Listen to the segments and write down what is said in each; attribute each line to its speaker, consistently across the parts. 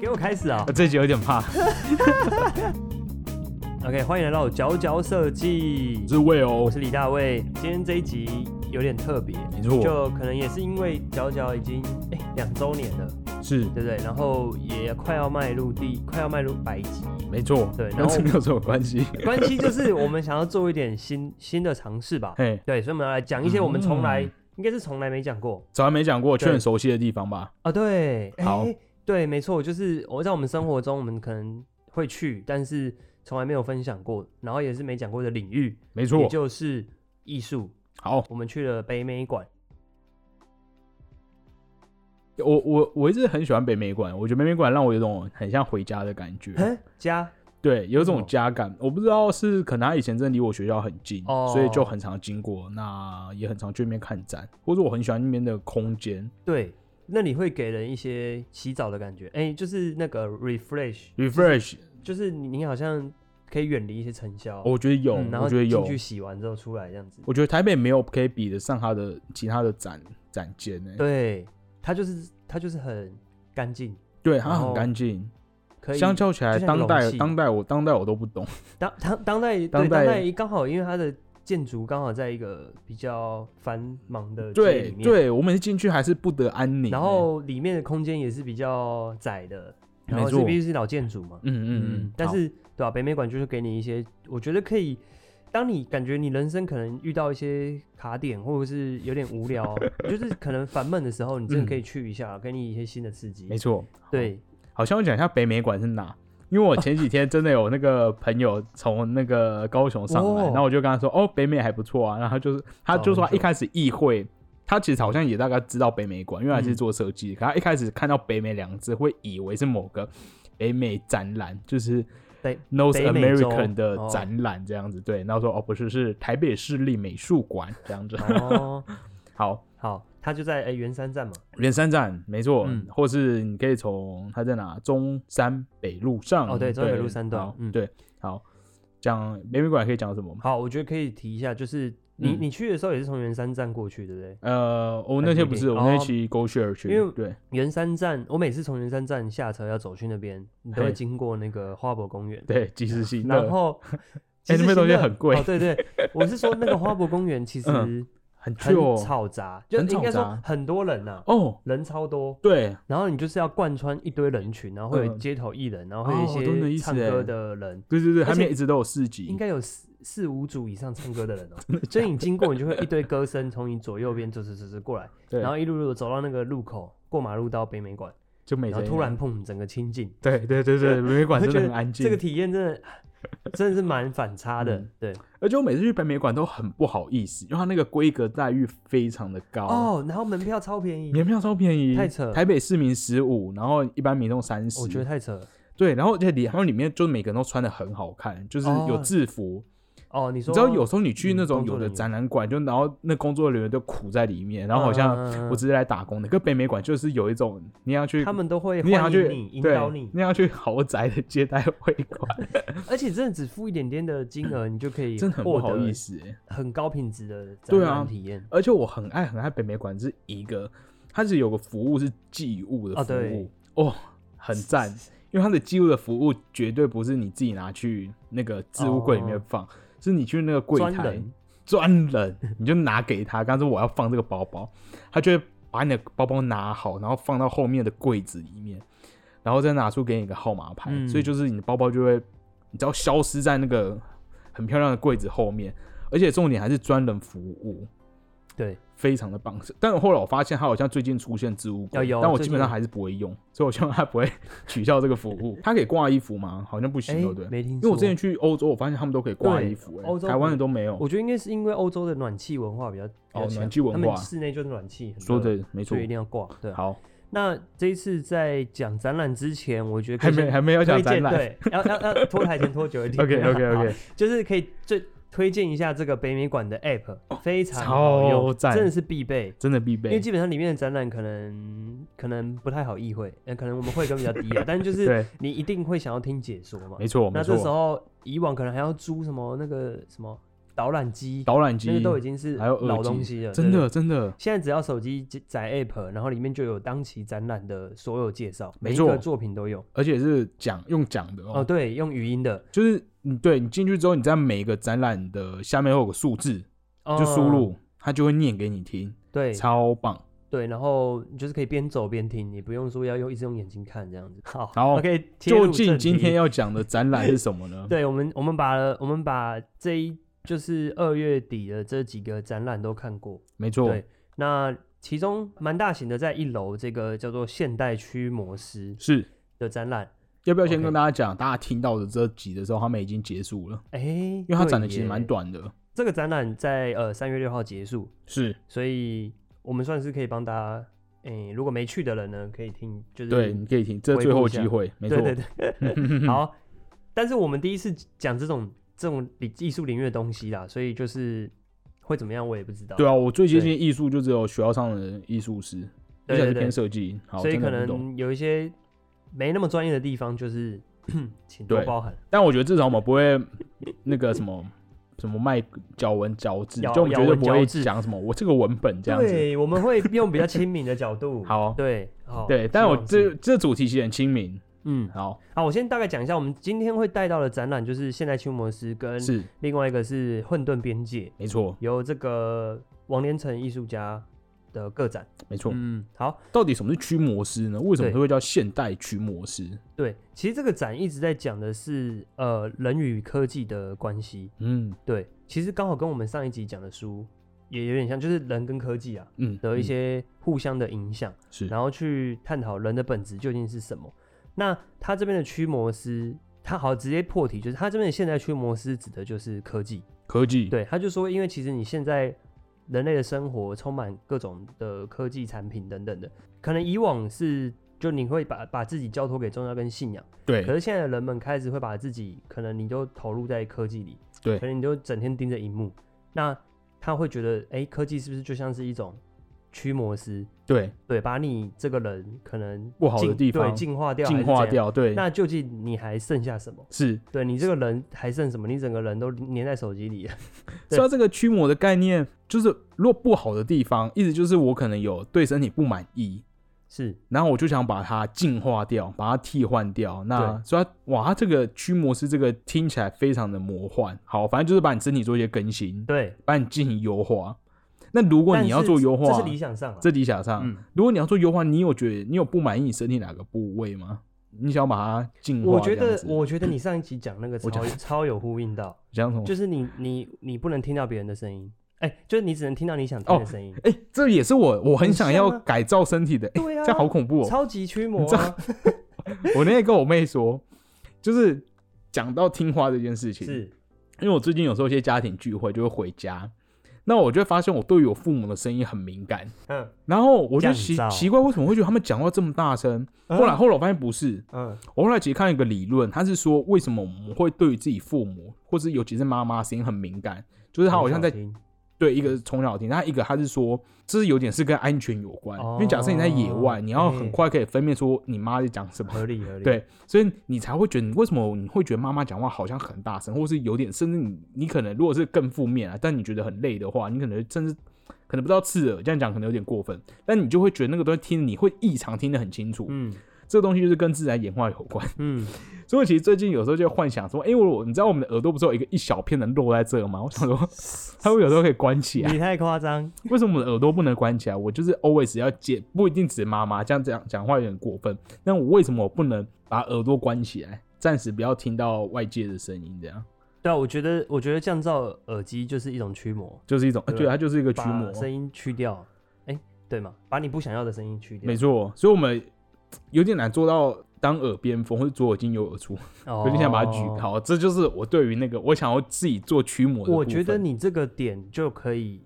Speaker 1: 给我开始啊、
Speaker 2: 我这集有点怕。
Speaker 1: o k 欢迎来到佼佼设计
Speaker 2: 我，是魏
Speaker 1: 我
Speaker 2: 哦，
Speaker 1: 是李大卫。今天这一集有点特别，
Speaker 2: 没错
Speaker 1: 就可能也是因为佼佼已经哎两周年了，
Speaker 2: 是
Speaker 1: 对不对？然后也快要迈入第快要迈入百集，
Speaker 2: 没错，
Speaker 1: 对然
Speaker 2: 跟
Speaker 1: 后
Speaker 2: 这没有什么关系。
Speaker 1: 关系就是我们想要做一点新 新的尝试吧。
Speaker 2: 嘿，
Speaker 1: 对，所以我们要来讲一些我们从来、
Speaker 2: 嗯
Speaker 1: 应该是从来没讲过
Speaker 2: 早上没讲过，
Speaker 1: 对
Speaker 2: 确认熟悉的地方吧？
Speaker 1: 啊。对，
Speaker 2: 好
Speaker 1: 哎对，没错，就是我在我们生活中我们可能会去，但是从来没有分享过，然后也是没讲过的领域。
Speaker 2: 没
Speaker 1: 也
Speaker 2: 错，
Speaker 1: 就是艺术。
Speaker 2: 好，
Speaker 1: 我们去了北美馆，
Speaker 2: 我我我一直很喜欢北美馆，我觉得北美馆让我有种很像回家的感觉，
Speaker 1: 嗯，家
Speaker 2: 对，有
Speaker 1: 为什么
Speaker 2: 种家感。我不知道是可能他以前真的离我学校很近，
Speaker 1: 哦
Speaker 2: 所以就很常经过，那也很常去那边看展，或者我很喜欢那边的空间
Speaker 1: 对，那里会给人一些洗澡的感觉，哎、就是那个 refresh，
Speaker 2: refresh，
Speaker 1: 就是你你好像可以远离一些尘嚣，
Speaker 2: 我觉得哦有，
Speaker 1: 嗯然后
Speaker 2: 我觉得有
Speaker 1: 进，去洗完之后出来这样子，
Speaker 2: 我觉得台北没有可以比得上它的其他的展展间欸呢、
Speaker 1: 对，它就是它就是很干净，
Speaker 2: 对，它
Speaker 1: 然后
Speaker 2: 很干净。
Speaker 1: 可以
Speaker 2: 相较起来，
Speaker 1: 就像个
Speaker 2: 当
Speaker 1: 容
Speaker 2: 代
Speaker 1: 器
Speaker 2: 当代我当代我都不懂。
Speaker 1: 当当当代对
Speaker 2: 当代
Speaker 1: 当代刚好因为它的建筑刚好在一个比较繁忙的街
Speaker 2: 对
Speaker 1: 里面，
Speaker 2: 对，我每次进去还是不得安宁。
Speaker 1: 然后里面的空间也是比较窄的，然后
Speaker 2: 没
Speaker 1: 是
Speaker 2: 错
Speaker 1: 毕竟是老建筑嘛，
Speaker 2: 嗯，嗯嗯嗯，
Speaker 1: 但
Speaker 2: 好
Speaker 1: 是对吧、北美馆就是给你一些，我觉得可以，当你感觉你人生可能遇到一些卡点，或者是有点无 聊，就是可能烦闷的时候，你真的可以去一下，给你一些新的刺激
Speaker 2: 没。错，
Speaker 1: 对，
Speaker 2: 好像我讲一下北美馆是哪，因为我前几天真的有那个朋友从那个高雄上来，
Speaker 1: 哦
Speaker 2: 然后我就跟他说，哦，北美还不错啊。然后他就是他就
Speaker 1: 找
Speaker 2: 说
Speaker 1: 很
Speaker 2: 他
Speaker 1: 久
Speaker 2: 一开始意会。他其实好像也大概知道北美馆，因为他是
Speaker 1: 嗯
Speaker 2: 做设计，可他一开始看到“北美”两个字，会以为是某个北美展览，就是
Speaker 1: 北
Speaker 2: North
Speaker 1: 北美洲
Speaker 2: American 的
Speaker 1: 哦
Speaker 2: 展览这样子。对，然后说哦，不是，是台北市立美术馆这样子。
Speaker 1: 哦，
Speaker 2: 好，
Speaker 1: 好，它就在哎圆山站嘛，
Speaker 2: 圆山站没错，
Speaker 1: 嗯
Speaker 2: 或是你可以从它在哪中山北路上
Speaker 1: 哦对中山北路三段
Speaker 2: 好
Speaker 1: 嗯
Speaker 2: 对，好，讲北美馆可以讲什么吗？
Speaker 1: 好，我觉得可以提一下，就是你、
Speaker 2: 嗯
Speaker 1: 你去的时候也是从圆山站过去，对不对？
Speaker 2: 呃，
Speaker 1: 还
Speaker 2: 我那
Speaker 1: 不
Speaker 2: 天
Speaker 1: 一
Speaker 2: 不
Speaker 1: 定
Speaker 2: 是，我那
Speaker 1: 哦
Speaker 2: 天骑 Go Share 去，
Speaker 1: 因为
Speaker 2: 对，
Speaker 1: 圆山站，我每次从圆山站下车要走去那边，你都会
Speaker 2: 嘿
Speaker 1: 经过那个花博公园，
Speaker 2: 对，即时性
Speaker 1: 然
Speaker 2: 的
Speaker 1: 后
Speaker 2: 哎
Speaker 1: 其实
Speaker 2: 那边东西
Speaker 1: 新的
Speaker 2: 很贵
Speaker 1: 哦，对对，我是说那个花博公园其实
Speaker 2: 嗯很
Speaker 1: 很
Speaker 2: chill
Speaker 1: 吵杂，就
Speaker 2: 很
Speaker 1: 应该
Speaker 2: 吵
Speaker 1: 说
Speaker 2: 杂
Speaker 1: 很多人呐、
Speaker 2: 哦，
Speaker 1: 人超多，
Speaker 2: 对，
Speaker 1: 然后你就是要贯穿一堆人群，然后会有
Speaker 2: 嗯
Speaker 1: 街头艺人，然后会有
Speaker 2: 哦懂你的
Speaker 1: 一
Speaker 2: 意
Speaker 1: 些
Speaker 2: 思
Speaker 1: 唱
Speaker 2: 哎
Speaker 1: 歌的人，
Speaker 2: 对对对，
Speaker 1: 而
Speaker 2: 他
Speaker 1: 且
Speaker 2: 们一直都有市
Speaker 1: 应
Speaker 2: 集，
Speaker 1: 该有四四五组以上唱歌的人 哦、所以你经过，你就会一堆歌声从你左右边走走走走过来，
Speaker 2: 对
Speaker 1: 然，后一路路走到那个路口，过马路到北美馆，
Speaker 2: 就每
Speaker 1: 然后
Speaker 2: 天
Speaker 1: 突然，砰，整个清静，
Speaker 2: 对对对 对，北美馆
Speaker 1: 我
Speaker 2: 真
Speaker 1: 就觉
Speaker 2: 的很
Speaker 1: 得
Speaker 2: 安静，
Speaker 1: 这个体验真的真的是蛮反差的，
Speaker 2: 嗯
Speaker 1: 对。
Speaker 2: 而且我每次去北美馆都很不好意思，因为它那个规格待遇非常的高，
Speaker 1: 哦，然后门票超便宜，
Speaker 2: 年票超便宜，
Speaker 1: 太扯
Speaker 2: 台北市民十五，然后一般民众三十。
Speaker 1: 我觉得太扯了。
Speaker 2: 对，然后这里还有里面就是每个人都穿的很好看，就是
Speaker 1: 哦
Speaker 2: 有制服。
Speaker 1: 哦，你
Speaker 2: 你
Speaker 1: 说
Speaker 2: 知道有时候你去那
Speaker 1: 嗯
Speaker 2: 种
Speaker 1: 工作
Speaker 2: 有的
Speaker 1: 人员
Speaker 2: 展览馆，就然后那工作人员都苦在里面，然后好像
Speaker 1: 嗯嗯嗯嗯
Speaker 2: 我只是来打工的。跟北美馆就是有一种你要去
Speaker 1: 他，们都会
Speaker 2: 你要
Speaker 1: 欢迎
Speaker 2: 去
Speaker 1: 你、引
Speaker 2: 对
Speaker 1: 导你，，
Speaker 2: 你要去豪宅的接待会 馆，
Speaker 1: 而且真的只付一点点的金额，你就可以
Speaker 2: 真的很不
Speaker 1: 获
Speaker 2: 好
Speaker 1: 得
Speaker 2: 意思欸、
Speaker 1: 很高品质的展
Speaker 2: 对啊
Speaker 1: 览体验。
Speaker 2: 而且我很爱很爱北美馆，是一个它是有个服务是寄物的
Speaker 1: 哦
Speaker 2: 服
Speaker 1: 对
Speaker 2: 务哦很赞，因为它的寄物的服务绝对不是你自己拿去那个置物柜里面
Speaker 1: 哦
Speaker 2: 放，是你去那个柜
Speaker 1: 专
Speaker 2: 台
Speaker 1: 人
Speaker 2: 专人，你就拿给他，刚说我要放这个包包，他就会把你的包包拿好，然后放到后面的柜子里面，然后再拿出给你一个号码牌，
Speaker 1: 嗯
Speaker 2: 所以就是你的包包就会，你知道消失在那个很漂亮的柜子后面，而且重点还是专人服务。
Speaker 1: 对，
Speaker 2: 非常的棒。但后来我发现他好像最近出现置物
Speaker 1: 啊
Speaker 2: 柜，
Speaker 1: 有
Speaker 2: 但我
Speaker 1: 最
Speaker 2: 基
Speaker 1: 近
Speaker 2: 本上还是不会用，所以我希望他不会取消这个服务。他可以挂衣服吗？好像不行，
Speaker 1: 哎
Speaker 2: 对不对，？
Speaker 1: 没听
Speaker 2: 因
Speaker 1: 说。
Speaker 2: 为我之前，去欧洲，我发现他们都可以挂衣服、
Speaker 1: 对
Speaker 2: 哎
Speaker 1: 欧洲
Speaker 2: 台湾的都没有。
Speaker 1: 我觉得应该是因为欧洲的暖气文化比较比较
Speaker 2: 哦
Speaker 1: 强
Speaker 2: 暖气文化
Speaker 1: 他们室内就是暖气，很
Speaker 2: 说
Speaker 1: 热，
Speaker 2: 的没错
Speaker 1: 所以一。定要挂。对，
Speaker 2: 好，
Speaker 1: 那这一次在讲展览之前，我觉得可
Speaker 2: 还
Speaker 1: 以
Speaker 2: 没
Speaker 1: 先
Speaker 2: 还没有讲
Speaker 1: 推
Speaker 2: 展
Speaker 1: 荐，
Speaker 2: 览。
Speaker 1: 对，要要 要拖台前拖久一点。
Speaker 2: OK OK OK，
Speaker 1: 就是可以最推荐一下这个北美馆的 App，、非常
Speaker 2: 哦超
Speaker 1: 好用，
Speaker 2: 赞
Speaker 1: 真的是必备。
Speaker 2: 真的必
Speaker 1: 因为
Speaker 2: 备。
Speaker 1: 基本上里面的展览可能可能不太好意会，呃，可能我们会跟比较低啊，但 是就是
Speaker 2: 对，
Speaker 1: 你一定会想要听解说嘛。
Speaker 2: 没错没
Speaker 1: 那这时
Speaker 2: 错。
Speaker 1: 候以往可能还要租什么那个什么导览机，
Speaker 2: 导览
Speaker 1: 那
Speaker 2: 机
Speaker 1: 个都已经是
Speaker 2: 还有耳
Speaker 1: 老
Speaker 2: 机
Speaker 1: 东西了，
Speaker 2: 真
Speaker 1: 对
Speaker 2: 的。真的
Speaker 1: 现在只要手机载 app，然后里面就有当期展览的所有介绍，每
Speaker 2: 没
Speaker 1: 一
Speaker 2: 错
Speaker 1: 个作品都有。
Speaker 2: 而且是讲用讲的哦，
Speaker 1: 哦，对，用语音的，
Speaker 2: 就是你对你进去之后，你在每个展览的下面会有个数字，你就输
Speaker 1: 嗯，
Speaker 2: 入，它就会念给你听，
Speaker 1: 对
Speaker 2: 超棒。
Speaker 1: 对，然后你就是可以边走边听，你不用说要用一直用眼睛看这样子。好，
Speaker 2: 好
Speaker 1: o k
Speaker 2: 究竟今天要讲的展览是什么 呢？
Speaker 1: 对我们我们把我们把这一就是二月底的这几个展览都看过，
Speaker 2: 没错，
Speaker 1: 对那其中蛮大型的，在一楼这个叫做现代驱魔师
Speaker 2: 是
Speaker 1: 的展览，
Speaker 2: 要不要先
Speaker 1: OK
Speaker 2: 跟大家讲？大家听到的这集的时候，他们已经结束了，
Speaker 1: 哎、因
Speaker 2: 因为它展的其实蛮。短的。
Speaker 1: 这个展览在呃三月六号结束，
Speaker 2: 是
Speaker 1: 所以我们算是可以帮大家，哎、如果没去的人呢，可以听，就是
Speaker 2: 对，你可以听，这
Speaker 1: 回顾
Speaker 2: 最后
Speaker 1: 一下
Speaker 2: 机会，没错
Speaker 1: 对。对 对，好。但是我们第一次讲这种这种比艺术领域的东西啦，所以就是会怎么样，我也不知道。
Speaker 2: 对啊，我最接
Speaker 1: 对
Speaker 2: 近艺术就只有学校上的艺术师，而
Speaker 1: 对
Speaker 2: 且
Speaker 1: 对
Speaker 2: 是
Speaker 1: 对
Speaker 2: 偏，设计，好，
Speaker 1: 所以
Speaker 2: 哦真的
Speaker 1: 可
Speaker 2: 不懂
Speaker 1: 能有一些没那么专业的地方，就是请多
Speaker 2: 对
Speaker 1: 包涵。
Speaker 2: 但我觉得至少我们不会那个什么什么卖脚文脚字，
Speaker 1: 咬
Speaker 2: 就我们绝对不
Speaker 1: 咬文嚼
Speaker 2: 会
Speaker 1: 字
Speaker 2: 讲什么我这个文本这样子。，
Speaker 1: 对，我们会用比较亲民的角度。
Speaker 2: 好，
Speaker 1: 对，好，
Speaker 2: 对，但我
Speaker 1: 希望
Speaker 2: 这
Speaker 1: 是，
Speaker 2: 这主题其实很亲民。
Speaker 1: 嗯，
Speaker 2: 好，
Speaker 1: 好，我先大概讲一下，我们今天会带到的展览就是现代驱魔师跟
Speaker 2: 是
Speaker 1: 另外一个是混沌边界，
Speaker 2: 没错，
Speaker 1: 由这个王连成艺术家的个展。
Speaker 2: 没错。
Speaker 1: 嗯，好，
Speaker 2: 到底什么是驱魔师呢？为什么
Speaker 1: 对
Speaker 2: 它会叫现代驱魔师？
Speaker 1: 对，其实这个展一直在讲的是呃人与科技的关系。
Speaker 2: 嗯
Speaker 1: 对，其实刚好跟我们上一集讲的书也有点像，就是人跟科技啊
Speaker 2: 嗯，
Speaker 1: 的一
Speaker 2: 嗯
Speaker 1: 些互相的影响。
Speaker 2: 是
Speaker 1: 然后去探讨人的本质究竟是什么。那他这边的驱魔师，他好直接破题，就是他这边的现代驱魔师指的就是科技。
Speaker 2: 科技，
Speaker 1: 对，他就说，因为其实你现在人类的生活充满各种的科技产品等等的，可能以往是就你会把把自己交托给宗教跟信仰，可
Speaker 2: 对
Speaker 1: 是现在的人们开始会把自己，可能你都投入在科技里，
Speaker 2: 对
Speaker 1: 可能你就整天盯着荧幕，那他会觉得，哎，科技是不是就像是一种驱魔师？
Speaker 2: 对，
Speaker 1: 对，把你这个人可能
Speaker 2: 不好的
Speaker 1: 进
Speaker 2: 地方
Speaker 1: 对净化掉，
Speaker 2: 进化。掉，对，
Speaker 1: 那究竟你还剩下什么？
Speaker 2: 是。
Speaker 1: 对你这个人还剩什么？你整个人都粘在手机里了。对
Speaker 2: 所以它这个驱魔的概念，就是如果不好的地方，意思就是我可能有对身体不满意，
Speaker 1: 是，
Speaker 2: 然后我就想把它净化掉，把它替换掉。那
Speaker 1: 对
Speaker 2: 所以它哇，它这个驱魔师这个听起来非常的魔幻。好，反正就是把你身体做一些更新，
Speaker 1: 对。
Speaker 2: 把你进行优化。那如果
Speaker 1: 但
Speaker 2: 你要
Speaker 1: 是
Speaker 2: 做优化，
Speaker 1: 这是理想上啊。
Speaker 2: 这理想上，
Speaker 1: 嗯，
Speaker 2: 如果你要做优化，你有觉得你有不满意你身体哪个部位吗？你想把它净化
Speaker 1: 我觉
Speaker 2: 嗯这样
Speaker 1: 得
Speaker 2: 子？，
Speaker 1: 我觉得你上一期讲那个
Speaker 2: 我
Speaker 1: 超超有呼应到，
Speaker 2: 讲什么？
Speaker 1: 就是你你你不能听到别人的声音，哎，就是你只能听到你想听的声 音。
Speaker 2: 哎、这也是我我很
Speaker 1: 很
Speaker 2: 想要
Speaker 1: 像啊
Speaker 2: 改造身体的，哎、
Speaker 1: 对啊，
Speaker 2: 这样好恐怖哦！
Speaker 1: 超级驱魔
Speaker 2: 知
Speaker 1: 啊，
Speaker 2: 我那天跟我妹说，就是讲到听话这件事情，
Speaker 1: 是
Speaker 2: 因为我最近有时候一些家庭聚会就会回家，那我就会发现我对于我父母的声音很敏感，
Speaker 1: 嗯
Speaker 2: 然后我就奇
Speaker 1: 降噪
Speaker 2: 奇怪为什么会觉得他们讲话这么大声。
Speaker 1: 嗯
Speaker 2: 后来后来我发现不是，
Speaker 1: 嗯
Speaker 2: 我后来其实看了一个理论，他是说为什么我们会对于自己父母或是尤其是妈妈声音很敏感，就是他好像在
Speaker 1: 很听
Speaker 2: 对一个从小听，他一个他是说这是有点是跟安全有关，因为假设你在野外，
Speaker 1: 哦
Speaker 2: 你要很快可以分辨出你妈在讲什么。
Speaker 1: 合理合理，
Speaker 2: 对，所以你才会觉得，你为什么你会觉得妈妈讲话好像很大声，或是有点，甚至你你可能如果是更负面啊，但你觉得很累的话，你可能甚至可能不知道刺耳，这样讲可能有点过分，但你就会觉得那个东西听你会异常听得很清楚，
Speaker 1: 嗯
Speaker 2: 这个东西就是跟自然演化有关。
Speaker 1: 嗯，
Speaker 2: 所以我其实最近有时候就幻想说，哎、我你知道我们的耳朵不是有一个一小片的肉在这吗？我想说，它会有时候可以关起来，
Speaker 1: 你太夸张，
Speaker 2: 为什么我的耳朵不能关起来？我就是 always 要接，不一定指妈妈这样讲讲话有点过分。那我为什么我不能把耳朵关起来，暂时不要听到外界的声音？这样
Speaker 1: 对啊，我觉得我觉得降噪耳机就是一种驱魔，
Speaker 2: 就是一种，呃
Speaker 1: 对
Speaker 2: 对，它就是一个驱
Speaker 1: 把
Speaker 2: 魔，
Speaker 1: 声音去掉，哎、对嘛，把你不想要的声音去掉，
Speaker 2: 没错。所以我们有点难做到当耳边风，或者左耳进右耳出，
Speaker 1: 哦
Speaker 2: 有点想把它举。好。这就是我对于那个我想要自己做驱魔的部分。
Speaker 1: 我觉得你这个点就可以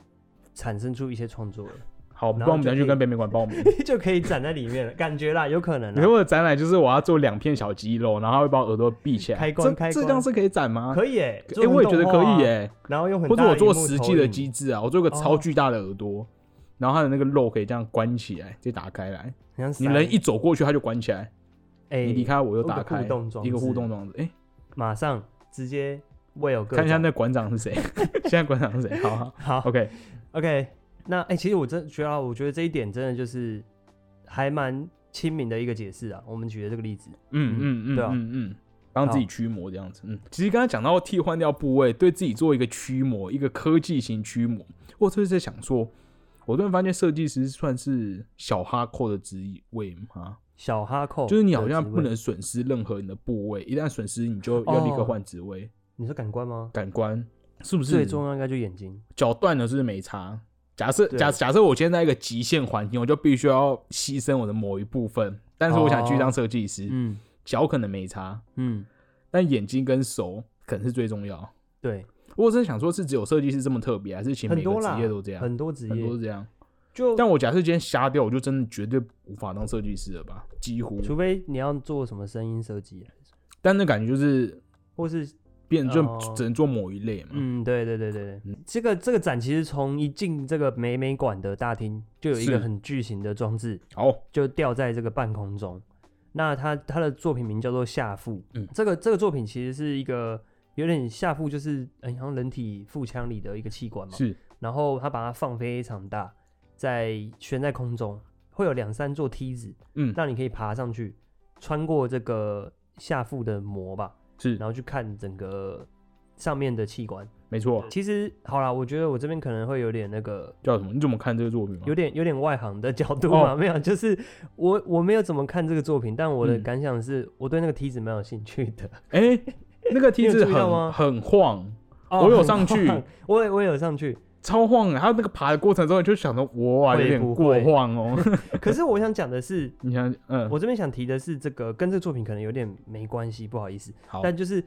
Speaker 1: 产生出一些创作了，
Speaker 2: 好，不
Speaker 1: 然后
Speaker 2: 然我们
Speaker 1: 就可
Speaker 2: 等下去
Speaker 1: 以
Speaker 2: 跟北美馆报 名。
Speaker 1: 就可以展在里面了，感觉啦，有可能
Speaker 2: 你说
Speaker 1: 啦，
Speaker 2: 我的展览就是我要做两片小肌肉，然后会把我耳朵闭起来，
Speaker 1: 开关
Speaker 2: 这
Speaker 1: 开
Speaker 2: 这
Speaker 1: 关
Speaker 2: 样是可以展吗？
Speaker 1: 可以耶、
Speaker 2: 哎、
Speaker 1: 做
Speaker 2: 我也
Speaker 1: 运
Speaker 2: 觉得
Speaker 1: 动
Speaker 2: 可
Speaker 1: 画啊
Speaker 2: 以耶、
Speaker 1: 然后用很
Speaker 2: 或者
Speaker 1: 大
Speaker 2: 我
Speaker 1: 的
Speaker 2: 做
Speaker 1: 荧幕
Speaker 2: 实
Speaker 1: 投
Speaker 2: 际的
Speaker 1: 影哦
Speaker 2: 机制啊，我做个超巨大的耳朵，然后它的那个肉可以这样关起来，就打开来。
Speaker 1: 很像
Speaker 2: 你人一走过去，它就关起来；
Speaker 1: 哎、
Speaker 2: 你离开我又
Speaker 1: 有个
Speaker 2: 打开
Speaker 1: 互动装
Speaker 2: 一个互
Speaker 1: 置
Speaker 2: 动装置。哎、
Speaker 1: 马上直接我有各
Speaker 2: 看一下
Speaker 1: 种哦
Speaker 2: 那馆长是谁， 现在馆长是谁？好好
Speaker 1: 好
Speaker 2: ，OK，
Speaker 1: OK，那哎、欸其实我真觉得啊，我觉得这一点真的就是还蛮亲民的一个解释啊。我们举的这个例子，
Speaker 2: 嗯嗯嗯，
Speaker 1: 对啊
Speaker 2: 嗯嗯，帮自己驱魔这样子。嗯，其实刚才讲到替换掉部位，对自己做一个驱魔，一个科技型驱魔。我就是在想说，我突然发现设计师算是小哈扣的职位吗？
Speaker 1: 小哈扣
Speaker 2: 就是你好
Speaker 1: 哦的
Speaker 2: 像
Speaker 1: 职
Speaker 2: 不
Speaker 1: 位，
Speaker 2: 能损失任何你的部位，一旦损失你就要立刻
Speaker 1: 哦
Speaker 2: 换职位。
Speaker 1: 你说感官吗？
Speaker 2: 感官是不
Speaker 1: 最
Speaker 2: 是？
Speaker 1: 重要应该就眼睛，
Speaker 2: 脚断了是不是没差？假设
Speaker 1: 对
Speaker 2: 假假设我今天在一个极限环境，我就必须要牺牲我的某一部分，但是我想继续当设计师，
Speaker 1: 嗯
Speaker 2: 脚、可能没差，
Speaker 1: 嗯，
Speaker 2: 但眼睛跟手可能是最重要。
Speaker 1: 对，
Speaker 2: 我真的想说，是只有设计师这么特别，还是其实
Speaker 1: 很
Speaker 2: 每个
Speaker 1: 多啦
Speaker 2: 职业都这样？
Speaker 1: 很多职
Speaker 2: 很多
Speaker 1: 业
Speaker 2: 是这样。
Speaker 1: 就
Speaker 2: 但我假设今天瞎掉，我就真的绝对无法当设计师了吧？几乎。
Speaker 1: 除非你要做什么声音设计啊，
Speaker 2: 但那感觉就是
Speaker 1: 或是
Speaker 2: 变就
Speaker 1: 哦
Speaker 2: 只能做某一类嘛。
Speaker 1: 嗯，对对对对对
Speaker 2: 嗯，
Speaker 1: 这个这个展其实从一进这个美美馆的大厅，就有一
Speaker 2: 是
Speaker 1: 个很巨型的装置，
Speaker 2: 好，
Speaker 1: 就吊在这个半空中。那他他的作品名叫做《下腹》，
Speaker 2: 嗯
Speaker 1: 这个这个作品其实是一个有点下腹，就是哎好像人体腹腔里的一个器官嘛。
Speaker 2: 是
Speaker 1: 然后他把它放非常大，在悬在空中，会有两三座梯子，
Speaker 2: 嗯
Speaker 1: 让你可以爬上去，穿过这个下腹的膜吧，
Speaker 2: 是
Speaker 1: 然后去看整个上面的器官。
Speaker 2: 没错。
Speaker 1: 其实好啦，我觉得我这边可能会有点那个
Speaker 2: 叫什么？你怎么看这个作品吗？
Speaker 1: 有点有点外行的角度
Speaker 2: 哦
Speaker 1: 嘛，没有，就是我我没有怎么看这个作品，但我的
Speaker 2: 嗯
Speaker 1: 感想是、我对那个梯子蛮有兴趣的。
Speaker 2: 哎、那个梯
Speaker 1: 你
Speaker 2: 子
Speaker 1: 有注意到
Speaker 2: 很
Speaker 1: 吗
Speaker 2: 很晃， 我有上
Speaker 1: 很
Speaker 2: 去
Speaker 1: 晃我也我也有上 去，
Speaker 2: 超晃的。它那个爬的过程中，你就想说，哇，
Speaker 1: 会
Speaker 2: 有点
Speaker 1: 不
Speaker 2: 过
Speaker 1: 会
Speaker 2: 晃哦。
Speaker 1: 可是我想讲的是，
Speaker 2: 你想，嗯，
Speaker 1: 我这边想提的是这个跟这个作品可能有点没关系，不好意思，
Speaker 2: 好，
Speaker 1: 但就是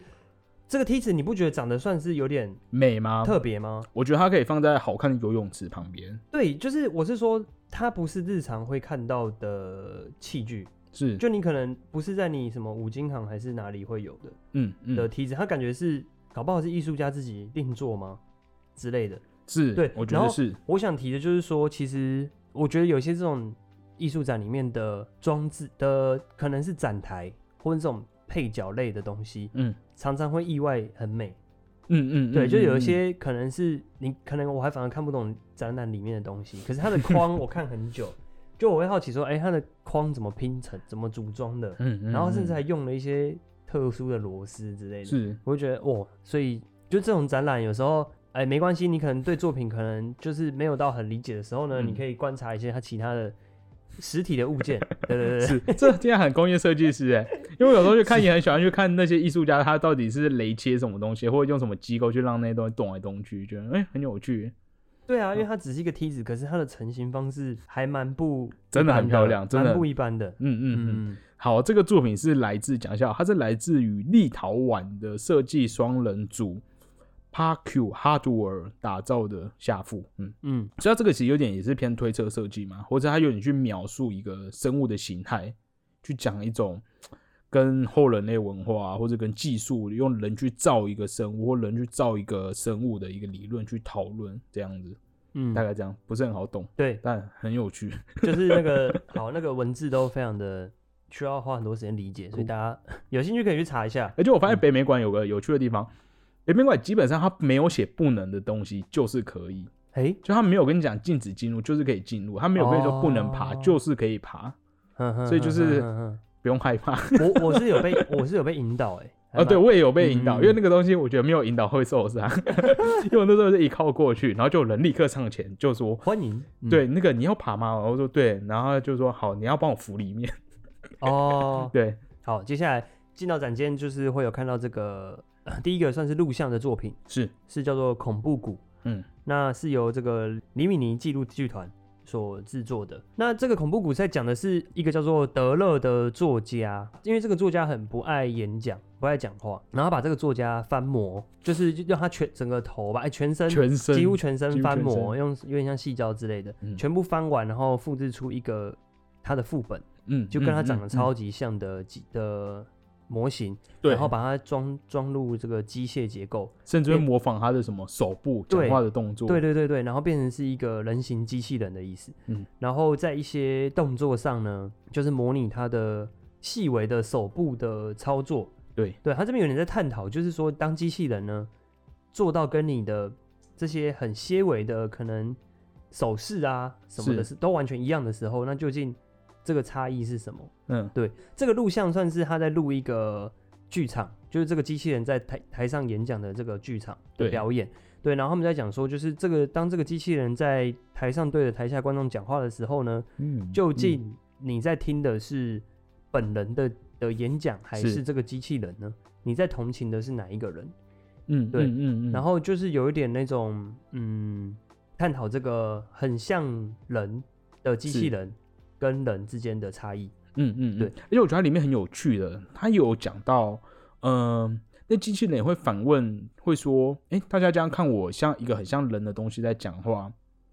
Speaker 1: 这个梯子你不觉得长得算是有点
Speaker 2: 美吗？
Speaker 1: 特别吗？
Speaker 2: 我觉得它可以放在好看的游泳池旁边，
Speaker 1: 对，就是我是说它不是日常会看到的器具，
Speaker 2: 是，
Speaker 1: 就你可能不是在你什么五金行还是哪里会有的。
Speaker 2: 嗯
Speaker 1: 的
Speaker 2: 嗯，
Speaker 1: 梯子，他感觉是搞不好是艺术家自己定做吗之类的。
Speaker 2: 是，
Speaker 1: 对
Speaker 2: 我觉
Speaker 1: 然后
Speaker 2: 得是，
Speaker 1: 我想提的就是说，其实我觉得有些这种艺术展里面的装置的，可能是展台或者这种配角类的东西，
Speaker 2: 嗯
Speaker 1: 常常会意外很美。
Speaker 2: 嗯嗯，
Speaker 1: 对，
Speaker 2: 嗯
Speaker 1: 就有一，
Speaker 2: 嗯嗯
Speaker 1: 些可能是你，可能我还反而看不懂展览里面的东西，可是它的框我看很 久，就我会好奇说，哎、它的框怎么拼成，怎么组装的，
Speaker 2: 嗯，嗯
Speaker 1: 然后甚至
Speaker 2: 嗯
Speaker 1: 还用了一些特殊的螺丝之类的。
Speaker 2: 是，
Speaker 1: 我会觉得哦，所以就这种展览有时候。哎，没关系，你可能对作品可能就是没有到很理解的时候呢，
Speaker 2: 嗯
Speaker 1: 你可以观察一些它其他的实体的物 件。对对对对，
Speaker 2: 是，这竟然很工业设计师哎，因为我有时候去看也很喜欢去看那些艺术家，他到底是雷切什么东西，或者用什么机构去让那些东西动来动去，觉得哎、很有趣，
Speaker 1: 对啊，因为它只是一个梯子，可是它的成型方式还蛮不
Speaker 2: 真的很
Speaker 1: 一般
Speaker 2: 漂亮真的
Speaker 1: 蛮不一般的。
Speaker 2: 嗯嗯 嗯。
Speaker 1: 嗯，
Speaker 2: 好，这个作品是来自讲一下，它是来自于立陶宛的设计双人组 Parku Hardware 打造的下腹，嗯，
Speaker 1: 嗯，
Speaker 2: 所以它这个其实有点也是偏推测设计嘛，或者它有点去描述一个生物的形态，去讲一种跟后人类文化、啊、或者跟技术用人去造一个生物或人去造一个生物的一个理论去讨论这样子，
Speaker 1: 嗯
Speaker 2: 大概这样，不是很好懂，，
Speaker 1: 对
Speaker 2: 但很有趣。
Speaker 1: 就是那个好，那个文字都非常的需要花很多时间理解，所以大家
Speaker 2: 哦
Speaker 1: 有兴趣可以去查一 下。
Speaker 2: 而哎且我发现北美馆有个有趣的地方，北美馆基本上它没有写不能的东西，就是可以，
Speaker 1: 哎，
Speaker 2: 就它没有跟你讲禁止进入，就是可以进入，它没有跟你说不能爬，
Speaker 1: 哦
Speaker 2: 就是可以爬，
Speaker 1: 哼哼
Speaker 2: 所以就是
Speaker 1: 哼哼
Speaker 2: 不用害怕。
Speaker 1: 哼哼我我是有被我是有被引导 哎，还
Speaker 2: 啊，对
Speaker 1: 蛮
Speaker 2: 我也有被引导，
Speaker 1: 嗯
Speaker 2: 因为那个东西我觉得没有引导会 受伤，因为我那时候是一靠过去，然后就有人立刻上前就说。
Speaker 1: 欢迎，嗯
Speaker 2: 对，那个你要爬吗？然后说对，然后他就说好，你要帮我扶里面。
Speaker 1: 哦，
Speaker 2: 对，
Speaker 1: 好，接下来进到展间就是会有看到这个、呃第一个算是录像的作品，
Speaker 2: 是
Speaker 1: 是叫做《恐怖谷》，
Speaker 2: 嗯，
Speaker 1: 那是由这个李米尼纪录剧团所制作的。那这个恐怖谷在讲的是一个叫做德勒的作家，因为这个作家很不爱演讲，不爱讲话，然后把这个作家翻模，就是让他全整个头吧，哎，全身
Speaker 2: 全身
Speaker 1: 几乎全身
Speaker 2: 几乎
Speaker 1: 翻
Speaker 2: 全
Speaker 1: 模，用有点像细胶之类的，
Speaker 2: 嗯
Speaker 1: 全部翻完，然后复制出一个他的副本，
Speaker 2: 嗯，
Speaker 1: 就跟他
Speaker 2: 嗯
Speaker 1: 长得
Speaker 2: 嗯
Speaker 1: 超
Speaker 2: 嗯
Speaker 1: 级像的机的模型，
Speaker 2: 对，
Speaker 1: 然后把它装装入这个机械结构，
Speaker 2: 甚至会模仿他的什么手部讲
Speaker 1: 对
Speaker 2: 话的动作。
Speaker 1: 对对对对，然后变成是一个人形机器人的意思。
Speaker 2: 嗯
Speaker 1: 嗯，然后在一些动作上呢，就是模拟他的细微的手部的操作，
Speaker 2: 对，
Speaker 1: 对他这边有点在探讨，就是说，当机器人呢做到跟你的这些很些微的可能手势啊什么的
Speaker 2: 是
Speaker 1: 是都完全一样的时候，那究竟这个差异是什么？
Speaker 2: 嗯，
Speaker 1: 对，这个录像算是他在录一个剧场，就是这个机器人在台台上演讲的这个剧场
Speaker 2: 对
Speaker 1: 的表演。对，然后他们在讲说，就是这个当这个机器人在台上对着台下观众讲话的时候呢，
Speaker 2: 嗯，
Speaker 1: 究竟你在听的是本人的的演讲，还
Speaker 2: 是
Speaker 1: 是这个机器人呢？你在同情的是哪一个人？
Speaker 2: 嗯，嗯，
Speaker 1: 对
Speaker 2: 嗯嗯，
Speaker 1: 然后就是有一点那种，嗯，探讨这个很像人的机器
Speaker 2: 是
Speaker 1: 人跟人之间的差异。
Speaker 2: 嗯嗯，嗯
Speaker 1: 对，
Speaker 2: 而且我觉得它里面很有趣的，它有讲到，嗯、那机器人也会反问，会说，哎、大家这样看我像一个很像人的东西在讲话，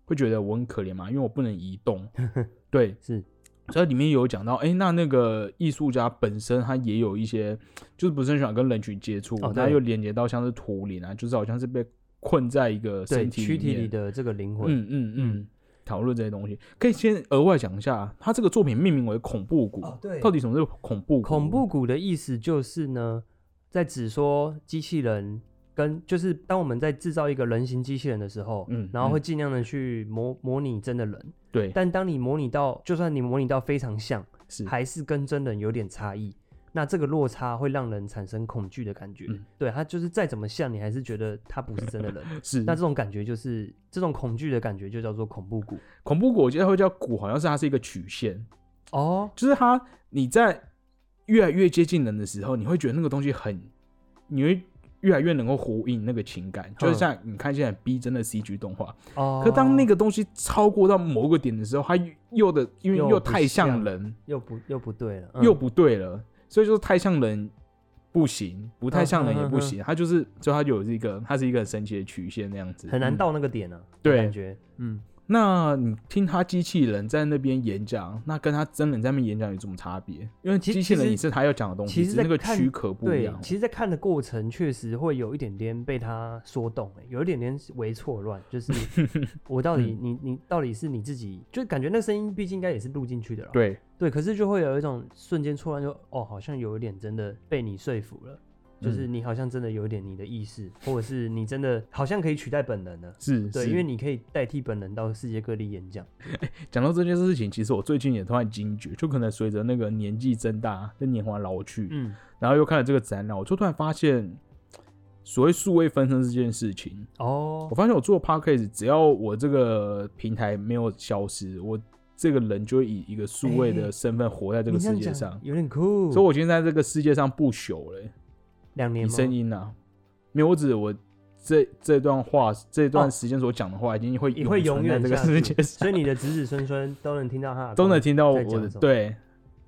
Speaker 2: 会觉得我很可怜吗？因为我不能移 动。对，
Speaker 1: 是，
Speaker 2: 所以里面有讲到，哎、那那个艺术家本身他也有一些，就是不是很喜欢跟人群接触，
Speaker 1: 哦
Speaker 2: 他
Speaker 1: 对
Speaker 2: 又连接到像是图灵啊，就是好像是被困在一个
Speaker 1: 对
Speaker 2: 身体
Speaker 1: 躯体
Speaker 2: 面
Speaker 1: 里的这个灵魂。
Speaker 2: 嗯嗯嗯，讨论这些东西，可以先额外讲一下，他这个作品命名为恐怖谷，
Speaker 1: 哦对
Speaker 2: 到底什么是恐怖谷？
Speaker 1: 恐怖谷的意思就是呢，在指说机器人跟就是当我们在制造一个人形机器人的时候，
Speaker 2: 嗯
Speaker 1: 然后会
Speaker 2: 嗯
Speaker 1: 尽量的去模模拟真的人，
Speaker 2: 对，
Speaker 1: 但当你模拟到，就算你模拟到非常像，
Speaker 2: 是
Speaker 1: 还是跟真人有点差异。那这个落差会让人产生恐惧的感觉，
Speaker 2: 嗯
Speaker 1: 对他就是再怎么像，你还是觉得他 不是真的人。
Speaker 2: 是
Speaker 1: 那这种感觉就是这种恐惧的感觉，就叫做恐怖谷。
Speaker 2: 恐怖谷，我记得会叫谷，好像是它是一个曲线，
Speaker 1: 哦，
Speaker 2: 就是它你在越来越接近人的时候，你会觉得那个东西很，你会越来越能够呼应那个情感，就是
Speaker 1: 嗯
Speaker 2: 像你看现在很逼真的 CG 动画，
Speaker 1: 哦，
Speaker 2: 可当那个东西超过到某个点的时候，它又的因为
Speaker 1: 又
Speaker 2: 又
Speaker 1: 不
Speaker 2: 太像
Speaker 1: 像
Speaker 2: 人，
Speaker 1: 又不又不对了，嗯
Speaker 2: 又不对了，所以就是太像人不行，不太像人也不
Speaker 1: 嗯
Speaker 2: 行，他就是就他有这个，他是一个很神奇的曲线那样子，
Speaker 1: 很难
Speaker 2: 嗯。
Speaker 1: 到那个点啊，
Speaker 2: 对
Speaker 1: 感觉，嗯，
Speaker 2: 那你听他机器人在那边演讲，那跟他真人在那边演讲有什么差别？因为
Speaker 1: 其实
Speaker 2: 机器人
Speaker 1: 其实
Speaker 2: 也是他要讲的东西，
Speaker 1: 其
Speaker 2: 只
Speaker 1: 实
Speaker 2: 是那个
Speaker 1: 在看
Speaker 2: 躯壳不一
Speaker 1: 对
Speaker 2: 样，。
Speaker 1: 其实，在看的过程确实会有一点点被他说动、欸，有一点点为错乱，就是 我到
Speaker 2: 嗯
Speaker 1: 底、你你到底是你自己，就感觉那声音毕竟应该也是录进去的了，
Speaker 2: 对，
Speaker 1: 对，可是就会有一种瞬间错乱就，哦，好像有一点真的被你说服了。就是
Speaker 2: 嗯
Speaker 1: 你好像真的有一点你的意识，或者是你真的好像可以取代本人了，
Speaker 2: 是，
Speaker 1: 对，
Speaker 2: 是
Speaker 1: 因为你可以代替本人到世界各地演讲。
Speaker 2: 讲到这件事情，其实我最近也突然惊觉，就可能随着那个年纪增大，跟年华老去，
Speaker 1: 嗯，
Speaker 2: 然后又看了这个展览，我就突然发现，所谓数位分身这件事情，
Speaker 1: 哦
Speaker 2: 我，发现我做 podcast，只要我这个平台没有消失，我这个人就会以一个数位的身份活在这个
Speaker 1: 哎你
Speaker 2: 世
Speaker 1: 样
Speaker 2: 界
Speaker 1: 讲
Speaker 2: 上。
Speaker 1: 有点酷。
Speaker 2: 所以我今天在这个世界上不朽了、
Speaker 1: 两年
Speaker 2: 以
Speaker 1: 吗
Speaker 2: 声音啊，没有，我指我这这段话这段
Speaker 1: 哦
Speaker 2: 时间所讲的话，已经会
Speaker 1: 也会永远
Speaker 2: 存在这个
Speaker 1: 下
Speaker 2: 世
Speaker 1: 去
Speaker 2: 界
Speaker 1: 所
Speaker 2: 上，
Speaker 1: 以你的子子孙孙都能听到他的
Speaker 2: 都能
Speaker 1: 光
Speaker 2: 听到我
Speaker 1: 在讲
Speaker 2: 的
Speaker 1: 什么
Speaker 2: 对。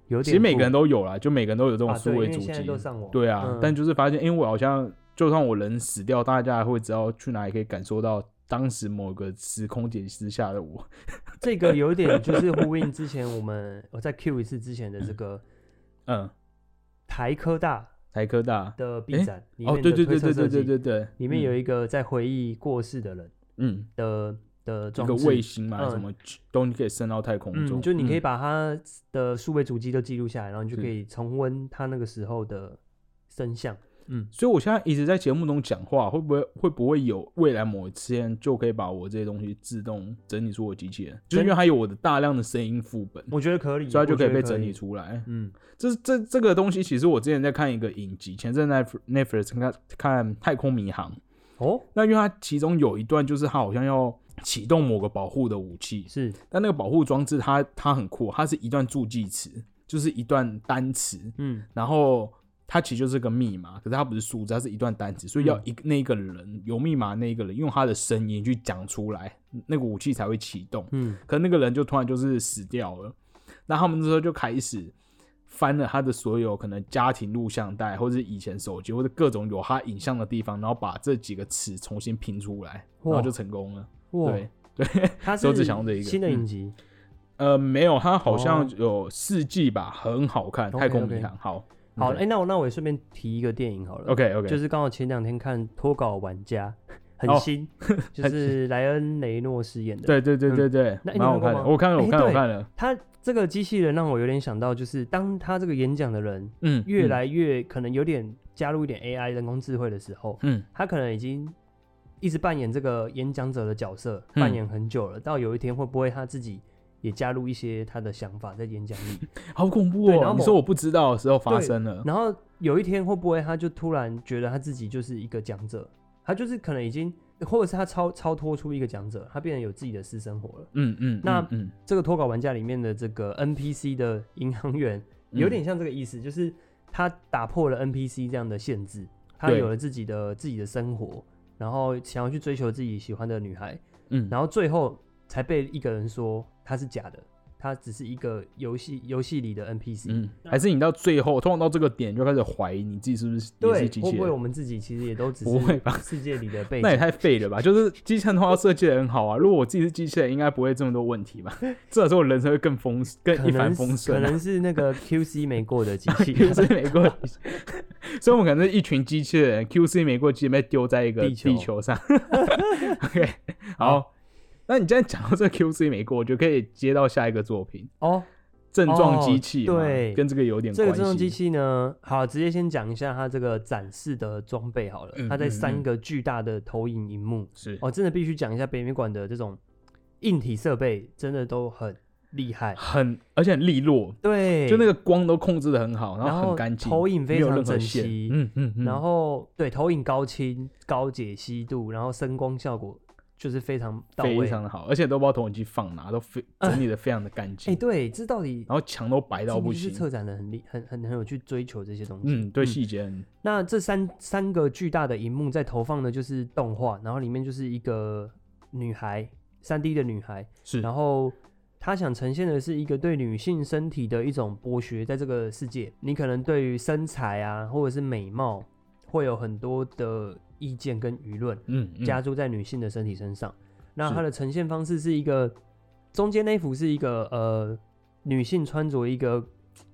Speaker 1: 有点
Speaker 2: 其实每个人
Speaker 1: 都
Speaker 2: 都有啦，就每个人都有这种
Speaker 1: 啊，
Speaker 2: 数
Speaker 1: 对，因
Speaker 2: 位
Speaker 1: 为
Speaker 2: 足迹
Speaker 1: 现在，都上网，
Speaker 2: 对啊
Speaker 1: 嗯。
Speaker 2: 但就是发现，因为我好像就算我人死掉，大家还会知道去哪里可以感受到当时某个时空点之下的我。
Speaker 1: 这个有点就是呼应之前我们我再 Q 一次之前的这个
Speaker 2: 嗯，
Speaker 1: 台科大
Speaker 2: 台科大。
Speaker 1: 的
Speaker 2: 诶
Speaker 1: B 展里
Speaker 2: 哦，
Speaker 1: 面
Speaker 2: 对
Speaker 1: 的
Speaker 2: 对对
Speaker 1: 推测
Speaker 2: 对
Speaker 1: 设
Speaker 2: 对对
Speaker 1: 计，
Speaker 2: 对对，
Speaker 1: 里面有
Speaker 2: 一
Speaker 1: 一个在回忆过世的人
Speaker 2: 嗯，
Speaker 1: 的的
Speaker 2: 一
Speaker 1: 装
Speaker 2: 个
Speaker 1: 置
Speaker 2: 卫星嘛，
Speaker 1: 嗯
Speaker 2: 什么东西可以升到太空中，
Speaker 1: 嗯，就你可以
Speaker 2: 嗯
Speaker 1: 把他的数位足迹都记录下来，然后你就可
Speaker 2: 是
Speaker 1: 以重温他那个时候的声像。嗯，
Speaker 2: 所以我现在一直在节目中讲话，会不会会不会有未来某一天就可以把我这些东西自动整理出我机器人？就是因为它有我的大量的声音副本，
Speaker 1: 我觉得可以，
Speaker 2: 所以它
Speaker 1: 嗯
Speaker 2: 就
Speaker 1: 我觉
Speaker 2: 可以
Speaker 1: 得
Speaker 2: 被整理。出来。
Speaker 1: 嗯，
Speaker 2: 这这这个东西，其实我之前在看一个影集，前阵在 Netflix 看看《太空迷航》，
Speaker 1: 哦，
Speaker 2: 那因为它其中有一段就是它好像要启动某个保护的武器，
Speaker 1: 是
Speaker 2: 但那个保护装置它它很酷，它是一段助记词，就是一段单词，
Speaker 1: 嗯，
Speaker 2: 然后它其实就是个密码，可是它不是数字，它是一段单词，所以
Speaker 1: 嗯
Speaker 2: 要一个那个人有密码那个人用他的声音去讲出来，那个武器才会启动。
Speaker 1: 嗯，
Speaker 2: 可那个人就突然就是死掉了，那他们那时候就开始。翻了他的所有可能家庭录像带，或者是以前手机，或者各种有他影像的地方，然后把这几个词重新拼出来，然后
Speaker 1: 哇
Speaker 2: 就成功了。
Speaker 1: 哇，
Speaker 2: 对对，
Speaker 1: 他
Speaker 2: 周
Speaker 1: 是
Speaker 2: 志祥的一个
Speaker 1: 新的
Speaker 2: 嗯
Speaker 1: 影集，
Speaker 2: 呃，没有，它好像
Speaker 1: 哦
Speaker 2: 有四季吧，很好看，《
Speaker 1: OK，
Speaker 2: 太空迷
Speaker 1: OK
Speaker 2: 航》好。
Speaker 1: 好，哎、
Speaker 2: 哎
Speaker 1: 那我那我也顺便提一个电影好了。
Speaker 2: ，OK OK，
Speaker 1: 就是是刚好前两天看《脱稿玩家》，很
Speaker 2: 哦
Speaker 1: 新，就是莱恩·雷诺饰演的。
Speaker 2: 对对对对对，
Speaker 1: 那嗯
Speaker 2: 蛮
Speaker 1: 你有
Speaker 2: 好
Speaker 1: 看
Speaker 2: 看
Speaker 1: 过
Speaker 2: 的。
Speaker 1: 吗
Speaker 2: 我看了，
Speaker 1: 哎
Speaker 2: 我看了，我
Speaker 1: 对
Speaker 2: 看了。
Speaker 1: 他这个机器人让我有点想到，就是当他这个演讲的人
Speaker 2: 嗯，
Speaker 1: 越来越可能有点加入一点 AI 人工智慧的时候，
Speaker 2: 嗯，
Speaker 1: 他可能已经一直扮演这个演讲者的角色，
Speaker 2: 嗯
Speaker 1: 扮演很久了。到有一天会不会他自己也加入一些他的想法在演讲里？
Speaker 2: 嗯好恐怖
Speaker 1: 对然
Speaker 2: 哦！
Speaker 1: 后
Speaker 2: 你
Speaker 1: 某
Speaker 2: 说我不知道的时候发生了，
Speaker 1: 然后有一天会不会他就突然觉得他自己就是一个讲者，他就是可能已经，或者是他超超脱出一个讲者，他变成有自己的私生活了。
Speaker 2: 嗯嗯，
Speaker 1: 那
Speaker 2: 嗯嗯
Speaker 1: 这个脱稿玩家里面的这个 NPC 的银行员
Speaker 2: 嗯
Speaker 1: 有点像这个意思，就是他打破了 NPC 这样的限制，他
Speaker 2: 对
Speaker 1: 有了自己的自己的生活，然后想要去追求自己喜欢的女孩，
Speaker 2: 嗯，
Speaker 1: 然后最后才被一个人说他是假的，他只是一个游戏游戏里的 NPC。
Speaker 2: 嗯，还是你到最后，通常到这个点就开始怀疑你自己是不是也
Speaker 1: 对
Speaker 2: 是，机
Speaker 1: 会
Speaker 2: 器
Speaker 1: 不会我
Speaker 2: 人。
Speaker 1: 们自己其实也都只
Speaker 2: 不会
Speaker 1: 是
Speaker 2: 吧
Speaker 1: 世界里的背
Speaker 2: 那也
Speaker 1: 景？
Speaker 2: 太废了吧！就是机器人通常设计的很好啊，如果我自己是机器人，应该不会这么多问题吧？ 至少说我人生会更丰更
Speaker 1: 可
Speaker 2: 一帆
Speaker 1: 能
Speaker 2: 风
Speaker 1: 是可
Speaker 2: 顺、啊。
Speaker 1: 能是那个 QC 没过的机 器人，
Speaker 2: QC 没过，所以我们可能是一群机器人，QC 没过，直接被丢在一个
Speaker 1: 地球
Speaker 2: 地球上。OK，好，那你既然讲到这个 QC 没过，我就可以接到下一个作品
Speaker 1: 哦，
Speaker 2: 《症状
Speaker 1: 哦
Speaker 2: 机器嘛》
Speaker 1: 对
Speaker 2: 跟这个有点
Speaker 1: 这
Speaker 2: 关
Speaker 1: 个
Speaker 2: 系。
Speaker 1: 自动机器呢，好，直接先讲一下它这个展示的装备好了。
Speaker 2: 嗯
Speaker 1: 它在
Speaker 2: 嗯
Speaker 1: 三
Speaker 2: 嗯
Speaker 1: 个巨大的投影荧幕，
Speaker 2: 是
Speaker 1: 哦，真的必须讲一下北美馆的这种硬体设备，真的都很厉害。
Speaker 2: 很，而且很利落，
Speaker 1: 对，
Speaker 2: 就那个光都控制的很好，
Speaker 1: 然
Speaker 2: 后
Speaker 1: 后
Speaker 2: 很干净，
Speaker 1: 投影
Speaker 2: 没
Speaker 1: 非
Speaker 2: 有任
Speaker 1: 常
Speaker 2: 何
Speaker 1: 整
Speaker 2: 线。
Speaker 1: 齐，
Speaker 2: 嗯嗯嗯。
Speaker 1: 然后对投影高清、高解析度，然后声光效果就是非常到
Speaker 2: 非
Speaker 1: 位。
Speaker 2: 常的好，而且都不知道投影机放哪，都非整理的非常的干
Speaker 1: 哎，
Speaker 2: 净，
Speaker 1: 对，这到底
Speaker 2: 然后墙都白到
Speaker 1: 这
Speaker 2: 不
Speaker 1: 不是
Speaker 2: 行。
Speaker 1: 策展人很厉很很很有去追求这些东西。
Speaker 2: 嗯，对细节很
Speaker 1: 那这三三个巨大的荧幕在投放的就是动画，然后里面就是一个女孩，三 D 的女孩，
Speaker 2: 是
Speaker 1: 然后她想呈现的是一个对女性身体的一种剥削，在这个世界，你可能对于身材啊或者是美貌会有很多的意见跟舆论
Speaker 2: 嗯嗯
Speaker 1: 加注在女性的身体身上。那
Speaker 2: 是
Speaker 1: 它的呈现方式是一个中间那一幅是一个呃女性穿着一个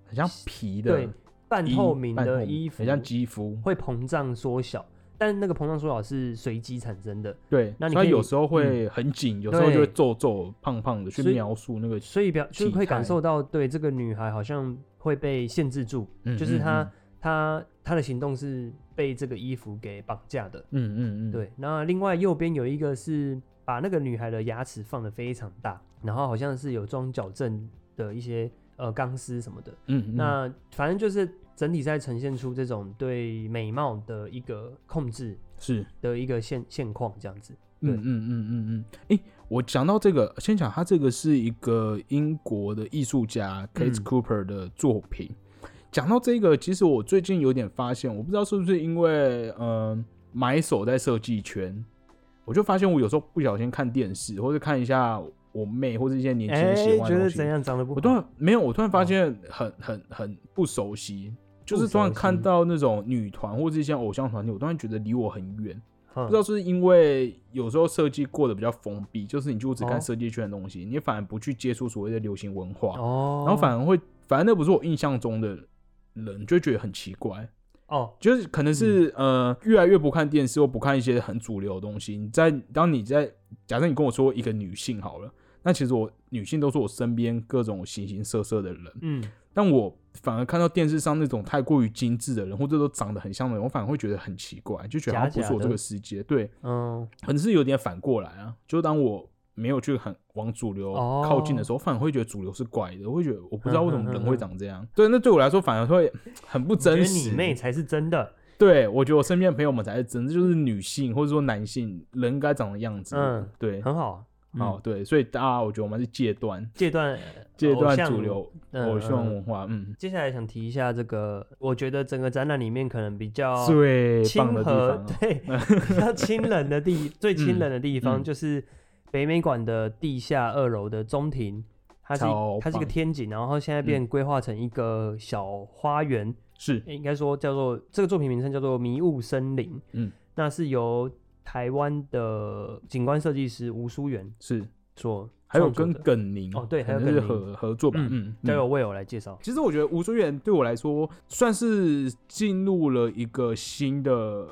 Speaker 2: 很像皮的
Speaker 1: 对半
Speaker 2: 衣
Speaker 1: 透明
Speaker 2: 半透
Speaker 1: 的
Speaker 2: 明
Speaker 1: 衣服，
Speaker 2: 很像肌肤。
Speaker 1: 会膨胀缩小，但那个膨胀缩小是随机产生的，
Speaker 2: 对，
Speaker 1: 那你
Speaker 2: 所以
Speaker 1: 可以嗯
Speaker 2: 有时候会很紧，有时候
Speaker 1: 对
Speaker 2: 就会皱皱、胖胖的去
Speaker 1: 所以
Speaker 2: 描述那个，
Speaker 1: 所以表就是
Speaker 2: 体
Speaker 1: 会
Speaker 2: 态
Speaker 1: 感受到，对这个女孩好像会被限制住，
Speaker 2: 嗯
Speaker 1: 就是她
Speaker 2: 嗯
Speaker 1: 她她的行动是被这个衣服给绑架的。
Speaker 2: 嗯嗯嗯，嗯，
Speaker 1: 对，那另外右边有一个是把那个女孩的牙齿放的非常大，然后好像是有装矫正的一些呃钢丝什么的，
Speaker 2: 嗯嗯，
Speaker 1: 那反正就是整体在呈现出这种对美貌的一个控制
Speaker 2: 是，
Speaker 1: 的一个现现况这样子。
Speaker 2: 嗯
Speaker 1: 对
Speaker 2: 嗯嗯嗯嗯，诶，我讲到这个，先讲他这个是一个英国的艺术家 Kate
Speaker 1: 嗯
Speaker 2: Cooper 的作品。讲到这个，其实我最近有点发现，我不知道是不是因为呃买手在设计圈，我就发现我有时候不小心看电视或者看一下我妹或者一些年轻人喜
Speaker 1: 哎觉
Speaker 2: 欢的
Speaker 1: 得
Speaker 2: 东西，
Speaker 1: 怎样长得不好？
Speaker 2: 我突然没有，我突然发现很、很很不熟悉，就是突然
Speaker 1: 不熟悉
Speaker 2: 看到那种女团或者一些偶像团体，我突然觉得离我很远。
Speaker 1: 嗯
Speaker 2: 不知道是不是因为有时候设计过得比较封闭，就是你就只看
Speaker 1: 哦
Speaker 2: 设计圈的东西，你反而不去接触所谓的流行文化，
Speaker 1: 哦，
Speaker 2: 然后反而会，反正那不是我印象中的人，就会觉得很奇怪。
Speaker 1: 哦，
Speaker 2: 就是可能是、
Speaker 1: 嗯
Speaker 2: 呃，越来越不看电视或不看一些很主流的东西。你在当你在假设你跟我说一个女性好了，那其实我女性都是我身边各种形形色色的人，
Speaker 1: 嗯，
Speaker 2: 但我反而看到电视上那种太过于精致的人，或者都长得很像的人，我反而会觉得很奇怪，就觉得好像不
Speaker 1: 假假
Speaker 2: 是我这
Speaker 1: 的
Speaker 2: 个世界。对，
Speaker 1: 嗯，
Speaker 2: 可能是有点反过来啊，就当我没有去很往主流
Speaker 1: 哦
Speaker 2: 靠近的时候，反而会觉得主流是怪的，我会觉得我不知道为什么
Speaker 1: 嗯嗯嗯
Speaker 2: 人会长这样。对，那对我来说反而会很不
Speaker 1: 我觉
Speaker 2: 真
Speaker 1: 得
Speaker 2: 实。
Speaker 1: 你妹才是真的，
Speaker 2: 对，我觉得我身边的朋友们才是真的，就是女性或者说男性人该长的样子。
Speaker 1: 嗯，
Speaker 2: 对，
Speaker 1: 很好，嗯
Speaker 2: 好，，对，所以大家我觉得我们是戒断，
Speaker 1: 戒断
Speaker 2: 戒断
Speaker 1: 偶像
Speaker 2: 主流
Speaker 1: 嗯
Speaker 2: 偶像
Speaker 1: 嗯
Speaker 2: 文化，嗯，
Speaker 1: 接下来想提一下这个，我觉得整个展览里面可能比较嗯
Speaker 2: 最
Speaker 1: 哦亲
Speaker 2: 棒的地
Speaker 1: 和
Speaker 2: 方，，哦 啊
Speaker 1: 对，比较亲人的 地，最亲人的地
Speaker 2: 嗯
Speaker 1: 方就是北美馆的地下二楼的中庭，它是一
Speaker 2: 超
Speaker 1: 它是一个
Speaker 2: 棒嗯
Speaker 1: 天井，然后现在变规划成一个小花园，
Speaker 2: 是
Speaker 1: 应该说叫做这个作品名称叫做《迷雾森林》，
Speaker 2: 嗯，
Speaker 1: 那是由台湾的景观设计师吴淑媛
Speaker 2: 是，
Speaker 1: 所
Speaker 2: 还有
Speaker 1: 创作
Speaker 2: 跟
Speaker 1: 的
Speaker 2: 耿宁
Speaker 1: 哦对还有
Speaker 2: 可能是
Speaker 1: 耿宁
Speaker 2: 合合作吧，
Speaker 1: 嗯
Speaker 2: 嗯，
Speaker 1: 交
Speaker 2: 嗯
Speaker 1: 由魏偶来介绍，
Speaker 2: 其实我觉得吴尊远对我来说算是进入了一个新的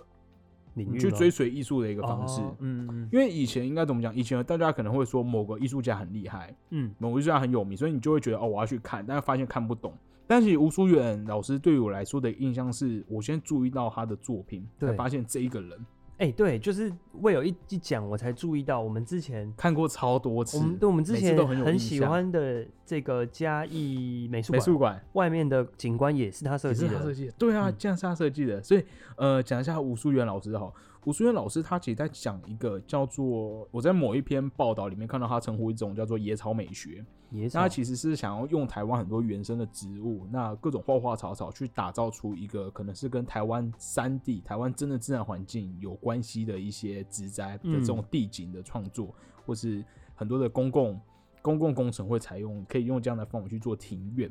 Speaker 1: 领
Speaker 2: 你
Speaker 1: 域
Speaker 2: 去
Speaker 1: 吗
Speaker 2: 追随艺术的一个方式。
Speaker 1: 哦嗯嗯
Speaker 2: 因为以前应该怎么讲？以前大家可能会说某个艺术家很厉害，
Speaker 1: 嗯，
Speaker 2: 某个艺术家很有名，所以你就会觉得哦，我要去看，但是发现看不懂。但是吴淑远老师对我来说的印象是，我先注意到他的作品，才
Speaker 1: 对
Speaker 2: 发现这一个人
Speaker 1: 哎、对，就是魏有一一讲，我才注意到我们之前。
Speaker 2: 看过超多次，
Speaker 1: 我们对我们之
Speaker 2: 每次
Speaker 1: 前
Speaker 2: 都很有印
Speaker 1: 喜
Speaker 2: 象
Speaker 1: 欢的这个嘉义美术
Speaker 2: 美
Speaker 1: 馆
Speaker 2: 术馆
Speaker 1: 外面的景观也是他设
Speaker 2: 也是
Speaker 1: 计
Speaker 2: 他设
Speaker 1: 的，
Speaker 2: 计的，对啊，
Speaker 1: 嗯
Speaker 2: 这样是他设计的。所以呃，讲一下吴淑媛老师哈，吴淑媛老师他其实在讲一个叫做我在某一篇报道里面看到他称呼一种叫做野草美学，
Speaker 1: 也是
Speaker 2: 那他其实是想要用台湾很多原生的植物，那各种花花草草去打造出一个可能是跟台湾山地、台湾真的自然环境有关系的一些植栽的这种
Speaker 1: 嗯
Speaker 2: 地景的创作，或是很多的公共公共工程会采用，可以用这样的方法去做庭院。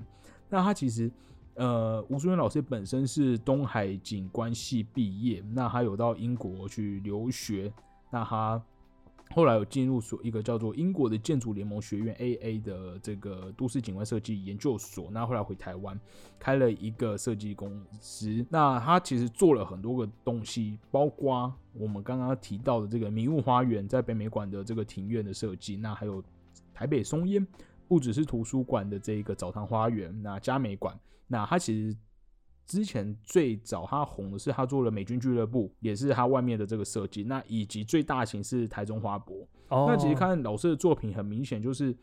Speaker 2: 那他其实。呃，吴淑媛老师本身是东海景观系毕业，那他有到英国去留学，那他后来有进入所一个叫做英国的建筑联盟学院 （AA） 的这个都市景观设计研究所。那后来回台湾开了一个设计公司。那他其实做了很多个东西，包括我们刚刚提到的这个迷雾花园在北美馆的这个庭院的设计，那还有台北松烟，不只是图书馆的这一个澡堂花园，那佳美馆，那他其实。之前最早他红的是他做了美军俱乐部，也是他外面的这个设计，那以及最大型是台中花博，
Speaker 1: 哦，
Speaker 2: 那其实看老师的作品，很明显就是，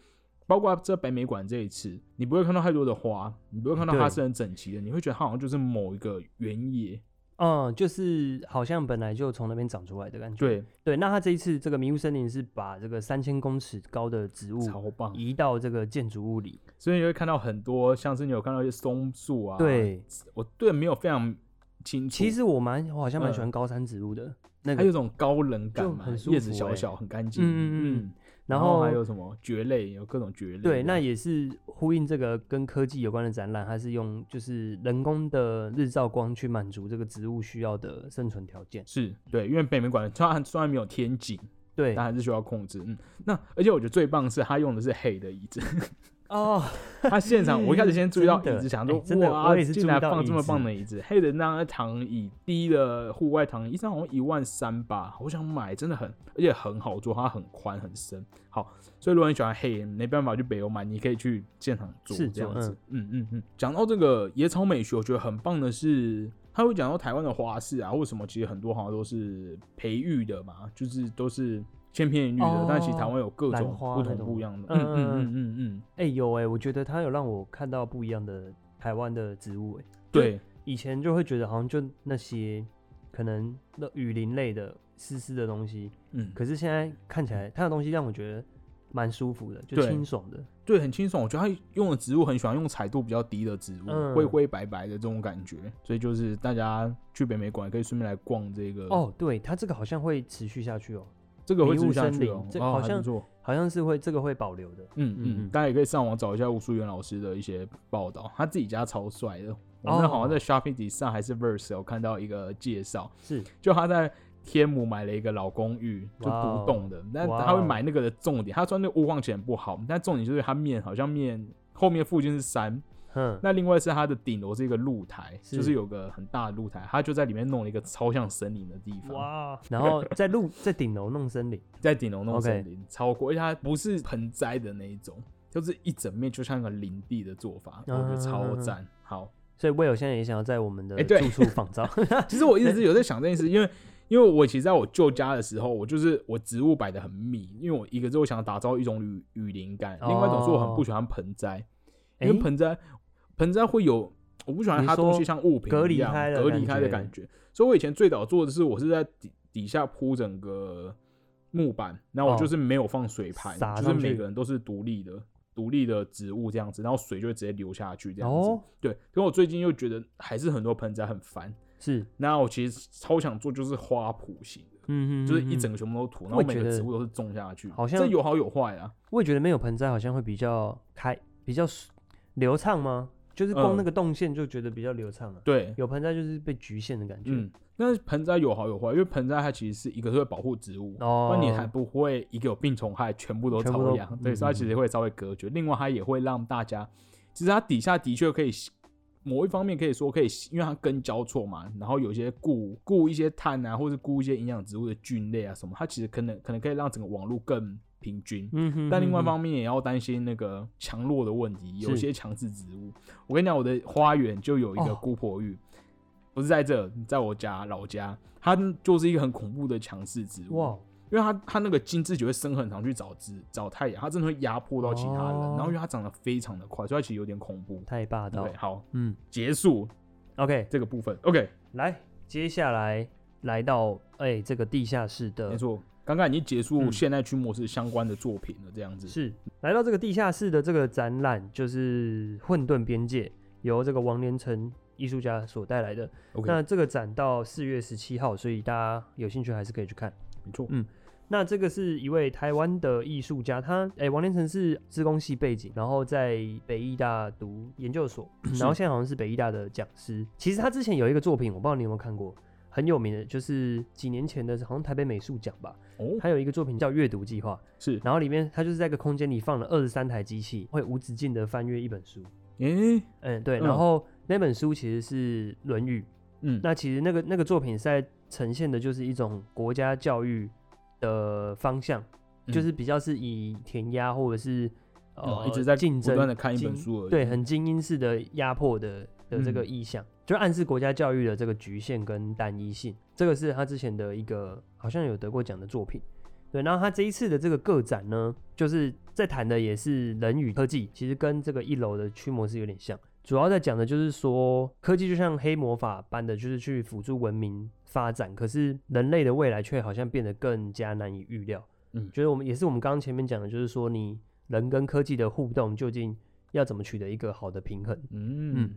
Speaker 2: 包括这北美馆这一次，你不会看到太多的花，你不会看到它
Speaker 1: 对
Speaker 2: 是很整齐的，你会觉得它好像就是某一个原野。
Speaker 1: 嗯，就是好像本来就从那边长出来的感觉。
Speaker 2: 对，
Speaker 1: 对，那他这一次这个迷雾森林是把这个三千公尺高的植物
Speaker 2: 超棒。
Speaker 1: 移到这个建筑物里，
Speaker 2: 所以你会看到很多，像是你有看到一些松树啊。，
Speaker 1: 对，
Speaker 2: 我对没有非常清楚。
Speaker 1: 其实我蛮我好像蛮喜
Speaker 2: 嗯
Speaker 1: 欢高山植物的、那
Speaker 2: 它有
Speaker 1: 个，
Speaker 2: 种高冷感
Speaker 1: 就
Speaker 2: 嘛，
Speaker 1: 很舒
Speaker 2: 叶子
Speaker 1: 服
Speaker 2: 小
Speaker 1: 欸
Speaker 2: 小，很干
Speaker 1: 嗯
Speaker 2: 净。
Speaker 1: 嗯嗯
Speaker 2: 然
Speaker 1: 然后
Speaker 2: 还有什么蕨类，有各种蕨类。啊
Speaker 1: 对，那也是呼应这个跟科技有关的展览，它是用就是人工的日照光去满足这个植物需要的生存条件。
Speaker 2: 是对，因为北美馆虽然虽然没有天井，
Speaker 1: 对
Speaker 2: 但还是需要控制。嗯，那而且我觉得最棒的是它用的是黑的椅子。
Speaker 1: 哦，
Speaker 2: 他现场，我一开始先注意到
Speaker 1: 真
Speaker 2: 椅
Speaker 1: 的
Speaker 2: 子，想说、
Speaker 1: 哎真的
Speaker 2: 哇，
Speaker 1: 我也是
Speaker 2: 竟
Speaker 1: 注意
Speaker 2: 然
Speaker 1: 到
Speaker 2: 放这么
Speaker 1: 椅子
Speaker 2: 棒的椅子，黑的那躺椅，低的户外躺椅，一张好像一万三吧，我想买，真的很，而且很好做，它很宽很深。好，所以如果你喜欢黑，没办法去北欧买，你可以去现场做
Speaker 1: 试
Speaker 2: 这样
Speaker 1: 做
Speaker 2: 子。嗯嗯嗯。讲、到这个野草美学，我觉得很棒的是。他会讲到台湾的花市啊，或者什么，其实很多好像都是培育的嘛，就是都是千篇一律的。
Speaker 1: 哦
Speaker 2: 但其实台湾有各
Speaker 1: 兰
Speaker 2: 种
Speaker 1: 花
Speaker 2: 不
Speaker 1: 那
Speaker 2: 同
Speaker 1: 种
Speaker 2: 不一样的，
Speaker 1: 嗯
Speaker 2: 嗯嗯
Speaker 1: 嗯
Speaker 2: 嗯嗯嗯，
Speaker 1: 哎、有哎、我觉得它有让我看到不一样的台湾的植物哎、
Speaker 2: 对，
Speaker 1: 以前就会觉得好像就那些可能那雨林类的湿湿的东西，
Speaker 2: 嗯，
Speaker 1: 可是现在看起来它的东西让我觉得蛮舒服的，就
Speaker 2: 对
Speaker 1: 清爽的。
Speaker 2: 对，很清爽。我觉得他用的植物很喜欢用彩度比较低的植物，
Speaker 1: 嗯
Speaker 2: 灰灰白白的这种感觉。所以就是大家去北美馆可以顺便来逛这个，
Speaker 1: 哦，对，它这个好像会持续下去哦，
Speaker 2: 这个会
Speaker 1: 迷雾
Speaker 2: 住下
Speaker 1: 森
Speaker 2: 去哦
Speaker 1: 林，这
Speaker 2: 哦
Speaker 1: 好
Speaker 2: 还
Speaker 1: 像
Speaker 2: 不错。
Speaker 1: 好像是会这个会保留的。
Speaker 2: 嗯
Speaker 1: 嗯
Speaker 2: 嗯，
Speaker 1: 嗯
Speaker 2: 大家也可以上网找一下吴淑媛老师的一些报道，他自己家超帅的。我们
Speaker 1: 哦
Speaker 2: 好像在 Shopping 底上还是 Verse 有看到一个介绍，
Speaker 1: 是
Speaker 2: 就他在天母买了一个老公寓，就
Speaker 1: 哇哦
Speaker 2: 独栋的，但
Speaker 1: 哇
Speaker 2: 他会
Speaker 1: 哦
Speaker 2: 买那个的重点，他穿那个屋况其实很不好，但重点就是他面好像面后面附近是山，
Speaker 1: 哼，
Speaker 2: 那另外是它的顶楼是一个露台，
Speaker 1: 是
Speaker 2: 就是有个很大的露台，它就在里面弄了一个超像森林的地方，
Speaker 1: 哇， 然后在路在顶楼弄森林，
Speaker 2: 在顶楼弄
Speaker 1: OK
Speaker 2: 森林超过，而且它不是盆栽的那一种，就是一整面就像个林地的做法，
Speaker 1: 啊
Speaker 2: 我觉得超赞。好，
Speaker 1: 所以魏友现在也想要在我们的
Speaker 2: 哎对
Speaker 1: 住处仿照。
Speaker 2: 其实我一直有在想这件事，因为因为我其实在我舅家的时候，我就是我植物摆的很密，因为我一个是我想打造一种雨雨林感，
Speaker 1: 哦
Speaker 2: 另外一种是我很不喜欢盆栽， 因
Speaker 1: 哎
Speaker 2: 为盆栽盆栽会有我不喜欢它
Speaker 1: 你说
Speaker 2: 东西像物品
Speaker 1: 隔
Speaker 2: 一
Speaker 1: 离
Speaker 2: 样
Speaker 1: 开的
Speaker 2: 隔离
Speaker 1: 感
Speaker 2: 开的
Speaker 1: 觉
Speaker 2: 感觉，所以我以前最早做的是我是在底底下铺整个木板，然后我
Speaker 1: 哦
Speaker 2: 就是没有放水盘，
Speaker 1: 撒
Speaker 2: 就是
Speaker 1: 上去
Speaker 2: 每个人都是独立的。独立的植物这样子，然后水就会直接流下去这样子。
Speaker 1: 哦，
Speaker 2: 对，可我最近又觉得还是很多盆栽很烦，
Speaker 1: 是，
Speaker 2: 那我其实超想做就是花圃型的，
Speaker 1: 嗯哼，
Speaker 2: 就是一
Speaker 1: 嗯哼
Speaker 2: 整个全部都土，然
Speaker 1: 我
Speaker 2: 后
Speaker 1: 也
Speaker 2: 每
Speaker 1: 觉
Speaker 2: 个
Speaker 1: 得
Speaker 2: 植物都是种下去，
Speaker 1: 好像
Speaker 2: 这有好有坏啊。
Speaker 1: 我也觉得没有盆栽好像会比较开，比较 s- 流畅吗？就是
Speaker 2: 嗯
Speaker 1: 光那个动线就觉得比较流畅了、啊
Speaker 2: 对，
Speaker 1: 有盆栽就是被局限的感觉。
Speaker 2: 嗯，但是盆栽有好有坏，因为盆栽它其实是一个是会保护植物，
Speaker 1: 哦
Speaker 2: 不然你还不会一个有病虫害全部都
Speaker 1: 全部都
Speaker 2: 遭殃，对，所以
Speaker 1: 嗯
Speaker 2: 它其实会稍微隔绝。另外，它也会让大家，其实它底下的确可以某一方面可以说可以，因为它根交错嘛，然后有些固固一些碳啊，或者固一些营养植物的菌类啊什么，它其实可能可能可以让整个网络更平均。
Speaker 1: 嗯哼，
Speaker 2: 但另外一
Speaker 1: 嗯
Speaker 2: 方面也要担心那个强弱的问题，有
Speaker 1: 是
Speaker 2: 些强势植物。我跟你讲，我的花园就有一个
Speaker 1: 哦
Speaker 2: 姑婆芋，不是在这，在我家老家，它就是一个很恐怖的强势植
Speaker 1: 哼
Speaker 2: 物。
Speaker 1: 哇，
Speaker 2: 因为它它那个金自己会伸很长去找枝找太阳，它真的会压迫到其他人。
Speaker 1: 哦
Speaker 2: 然后因为它长得非常的快，所以它其实有点恐怖。
Speaker 1: 太霸道
Speaker 2: OK，。好，
Speaker 1: 嗯
Speaker 2: 结束
Speaker 1: ，OK，
Speaker 2: 这个部分。OK，
Speaker 1: 来，接下来来到哎、这个地下室的
Speaker 2: 没错，刚刚已经结束
Speaker 1: 嗯
Speaker 2: 现代驱魔师相关的作品了，这样子。
Speaker 1: 是来到这个地下室的这个展览，就是《混沌边界》，由这个王连成艺术家所带来的。
Speaker 2: OK，
Speaker 1: 那这个展到四月十七号，所以大家有兴趣还是可以去看。
Speaker 2: 没错。
Speaker 1: 嗯那这个是一位台湾的艺术家，他诶、王连成是资工系背景，然后在北艺大读研究所，
Speaker 2: 是
Speaker 1: 然后现在好像是北艺大的讲师。其实他之前有一个作品，我不知道你有没有看过，很有名的，就是几年前的，好像台北美术奖吧，
Speaker 2: 哦，
Speaker 1: 他有一个作品叫《阅读计划》，
Speaker 2: 是。
Speaker 1: 然后里面他就是在一个空间里放了二十三台机器，会无止境的翻阅一本书。
Speaker 2: 诶、
Speaker 1: 嗯，对。
Speaker 2: 嗯
Speaker 1: 然后那本书其实是《论语》，
Speaker 2: 嗯，
Speaker 1: 那其实那个那个作品是在呈现的就是一种国家教育的方向，
Speaker 2: 嗯
Speaker 1: 就是比较是以填鸭或者是
Speaker 2: 哦
Speaker 1: 呃、
Speaker 2: 一直在
Speaker 1: 竞
Speaker 2: 不断
Speaker 1: 争，
Speaker 2: 的看一本
Speaker 1: 精
Speaker 2: 书而已。
Speaker 1: 对，很精英式的压迫的的这个
Speaker 2: 嗯
Speaker 1: 意向，就暗示国家教育的这个局限跟单一性。这个是他之前的一个好像有得过奖的作品。对，然后他这一次的这个个展呢，就是在谈的也是人与科技，其实跟这个一楼的驱魔师有点像，主要在讲的就是说，科技就像黑魔法般的，就是去辅助文明发展，可是人类的未来却好像变得更加难以预料。
Speaker 2: 嗯
Speaker 1: 觉得我们也是我们刚刚前面讲的，就是说你人跟科技的互动究竟要怎么取得一个好的平衡？
Speaker 2: 嗯
Speaker 1: 嗯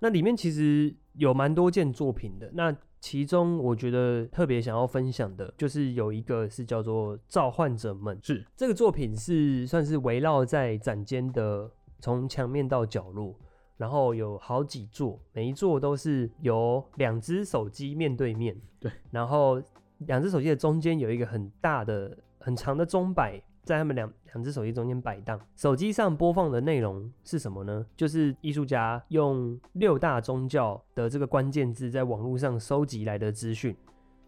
Speaker 1: 那里面其实有蛮多件作品的，那其中我觉得特别想要分享的，就是有一个是叫做《召唤者们》
Speaker 2: 是
Speaker 1: 这个作品是算是围绕在展间的从墙面到角落，然后有好几座，每一座都是由两只手机面对面，
Speaker 2: 对，
Speaker 1: 然后两只手机的中间有一个很大的、很长的钟摆，在他们两两只手机中间摆荡。手机上播放的内容是什么呢？就是艺术家用六大宗教的这个关键字在网络上收集来的资讯，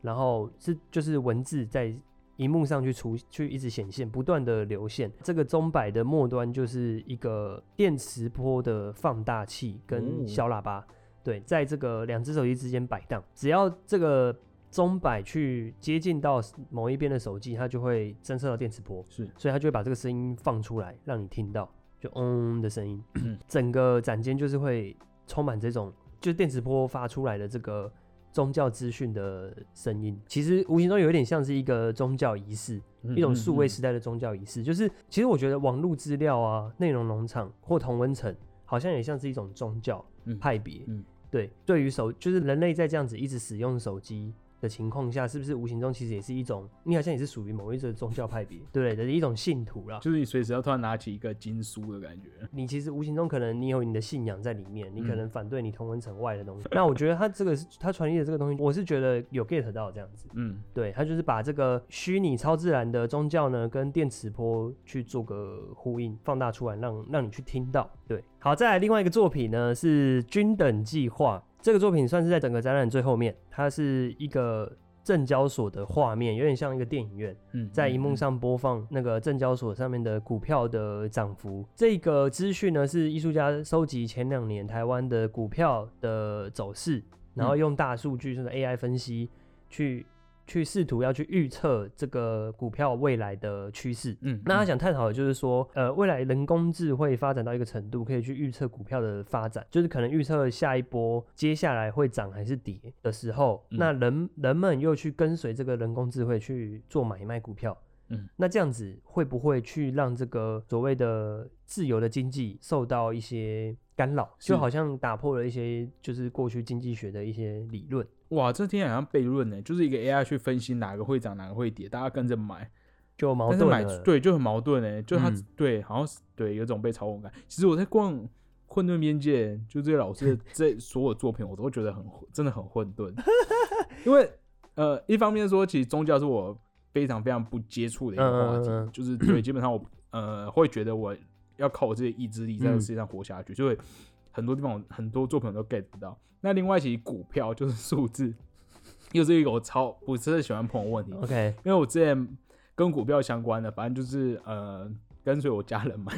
Speaker 1: 然后是就是文字在荧幕上去出去一直显现，不断的流线。这个钟摆的末端就是一个电磁波的放大器
Speaker 2: 哦
Speaker 1: 跟小喇叭，对，在这个两只手机之间摆荡。只要这个钟摆去接近到某一边的手机，它就会侦测到电磁波，
Speaker 2: 是
Speaker 1: 所以它就会把这个声音放出来，让你听到，就嗡的声音。整个展间就是会充满这种，就是电磁波发出来的这个宗教资讯的声音，其实无形中有一点像是一个宗教仪式，
Speaker 2: 嗯
Speaker 1: 一种数位时代的宗教仪式。就是其实我觉得网络资料啊、内容农场或同温层，好像也像是一种宗教
Speaker 2: 嗯
Speaker 1: 派别。
Speaker 2: 嗯
Speaker 1: 对，对于手就是人类在这样子一直使用手机。的情况下，是不是无形中其实也是一种，你好像也是属于某一种宗教派别，对不对的一种信徒啦。
Speaker 2: 就是你随时要突然拿起一个经书的感觉。
Speaker 1: 你其实无形中可能你有你的信仰在里面，你可
Speaker 2: 嗯
Speaker 1: 能反对你同文层外的东西。那我觉得他这个是他传递的这个东西，我是觉得有 get 到这样子。
Speaker 2: 嗯，
Speaker 1: 对他就是把这个虚拟超自然的宗教呢，跟电磁波去做个呼应，放大出来，让让你去听到。对，好，再来另外一个作品呢是《均等计划》，这个作品算是在整个展览最后面，它是一个证交所的画面，有点像一个电影院。
Speaker 2: 嗯，
Speaker 1: 在荧幕
Speaker 2: 嗯，
Speaker 1: 上播放那个证交所上面的股票的涨幅。这个资讯呢是艺术家收集前两年台湾的股票的走势，然
Speaker 2: 嗯
Speaker 1: 后用大数据就是 AI 分析去去试图要去预测这个股票未来的趋势。
Speaker 2: 嗯，
Speaker 1: 那他
Speaker 2: 嗯
Speaker 1: 想探讨的就是说，呃，未来人工智慧发展到一个程度，可以去预测股票的发展，就是可能预测下一波接下来会涨还是跌的时候，
Speaker 2: 嗯
Speaker 1: 那人人们又去跟随这个人工智慧去做买卖股票。
Speaker 2: 嗯，
Speaker 1: 那这样子会不会去让这个所谓的自由的经济受到一些干扰？
Speaker 2: 是
Speaker 1: 就好像打破了一些就是过去经济学的一些理论。
Speaker 2: 哇，这听起来好像悖论呢，就是一个 AI 去分析哪个会涨，哪个会跌，大家跟着买，
Speaker 1: 就矛
Speaker 2: 但是
Speaker 1: 盾
Speaker 2: 买
Speaker 1: 了，
Speaker 2: 对就很矛盾哎，就他
Speaker 1: 嗯
Speaker 2: 对好像是对有种被嘲讽感。其实我在逛混沌边界，就这些老师的 这所有作品，我都觉得很真的很混沌，因为呃，一方面说其实宗教是我非常非常不接触的一个话题，
Speaker 1: 嗯嗯嗯
Speaker 2: 就是
Speaker 1: 嗯
Speaker 2: 对基本上我呃会觉得我要靠我自己的意志力在这个世界上活下去，就会很多地方我很多作品我都 get 不到。那另外一期股票就是 数字，又是一个我超不是喜欢碰的问题，
Speaker 1: OK，
Speaker 2: 因为我之前跟股票相关的，反正就是呃跟随我家人买，